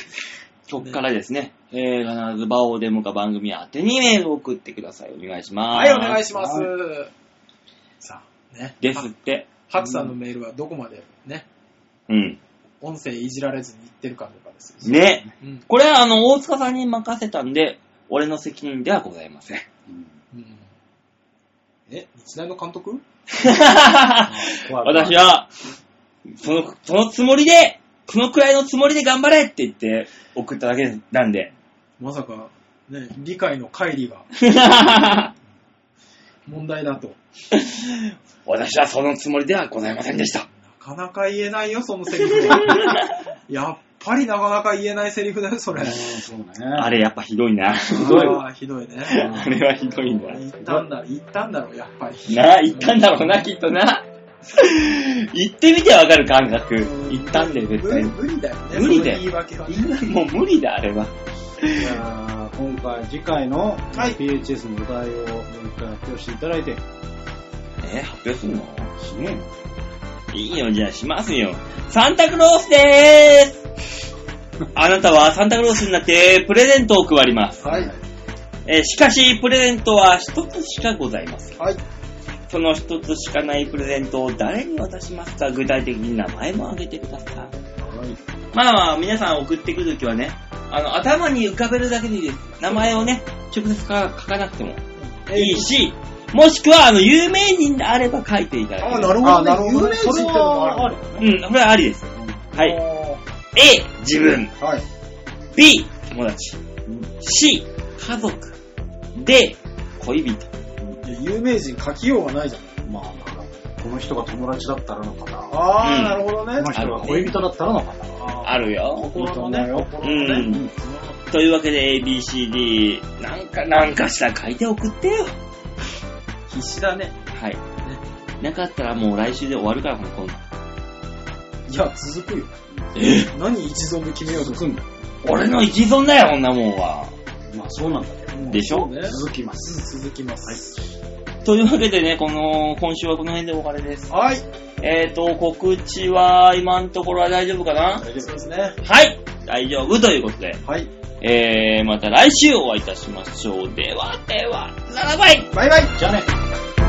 そこからですね、えー、必ず場をデモか番組宛てにメールを送ってください。お願いします。はい、お願いしします。さあ、ね。ですって。ハクさんのメールはどこまでね、うん。音声いじられずに言ってるかどうかですよ。ね。うん。これは、あの、大塚さんに任せたんで、俺の責任ではございません。うん。え、日大の監督 私は、その、そのつもりで、このくらいのつもりで頑張れって言って送っただけなん で。まさか、ね、理解の乖離が問題だと。な私はそのつもりではございませんでした。かなか言えないよ、そのセリフは。やっぱりなかなか言えないセリフだよ、それ。そうね。あれやっぱひどいな。どいああ、ひどいね。 あれはひどいな。言ったんだ、言ったんだろう、やっぱり。なあ、言ったんだろうな、きっとな。言ってみてわかる感覚。言ったんで、絶無理対。無理だよね。無理だよその言い訳はね。もう無理だ、あれは。いやー今回、次回のはい PHS のお題をもう一回発表していただいて、え、発表すんのしねいいよ、じゃあしますよ。サンタクロースでーすあなたはサンタクロースになってプレゼントを配ります。はい。えーしかし、プレゼントは一つしかございません。はい。その一つしかないプレゼントを誰に渡しますか具体的に名前も挙げてください。まあまあ、皆さん送ってくるときはね、あの、頭に浮かべるだけでいいです。名前をね、直接か書かなくてもいいし、もしくは、あの、有名人であれば書いていただあけあ、る。なるほどね。有名人そってれのもあはあるる。うん、これはありです。はあい。A、自分。ーはい。 B、友達。C、家族。D、恋人。いや有名人書きようがないじゃん。まあ、だからこの人が友達だったらのかな。こああ、うんなるほどねの。人が恋人だったらのかな。あるよ。心のね、う心のね。ん。というわけで ABCD、なんか、なんかしら書いて送ってよ。必死だね。はい。なかったらもう来週で終わるから、このコーナーいや、続くよ。何一存で決めようとするんだ俺の一存だよ、こんなもんは。まあ、そうなんだけでしょねど。。続きます。続きます。というわけでね、この、今週はこの辺でお別れです。はい。えっ、と、告知は今のところは大丈夫かな大そ丈うですね。はい大丈夫ということで、夫。はい。えー、また来週お会いいたしましょう。では、では、ならばいバイバイじゃあね。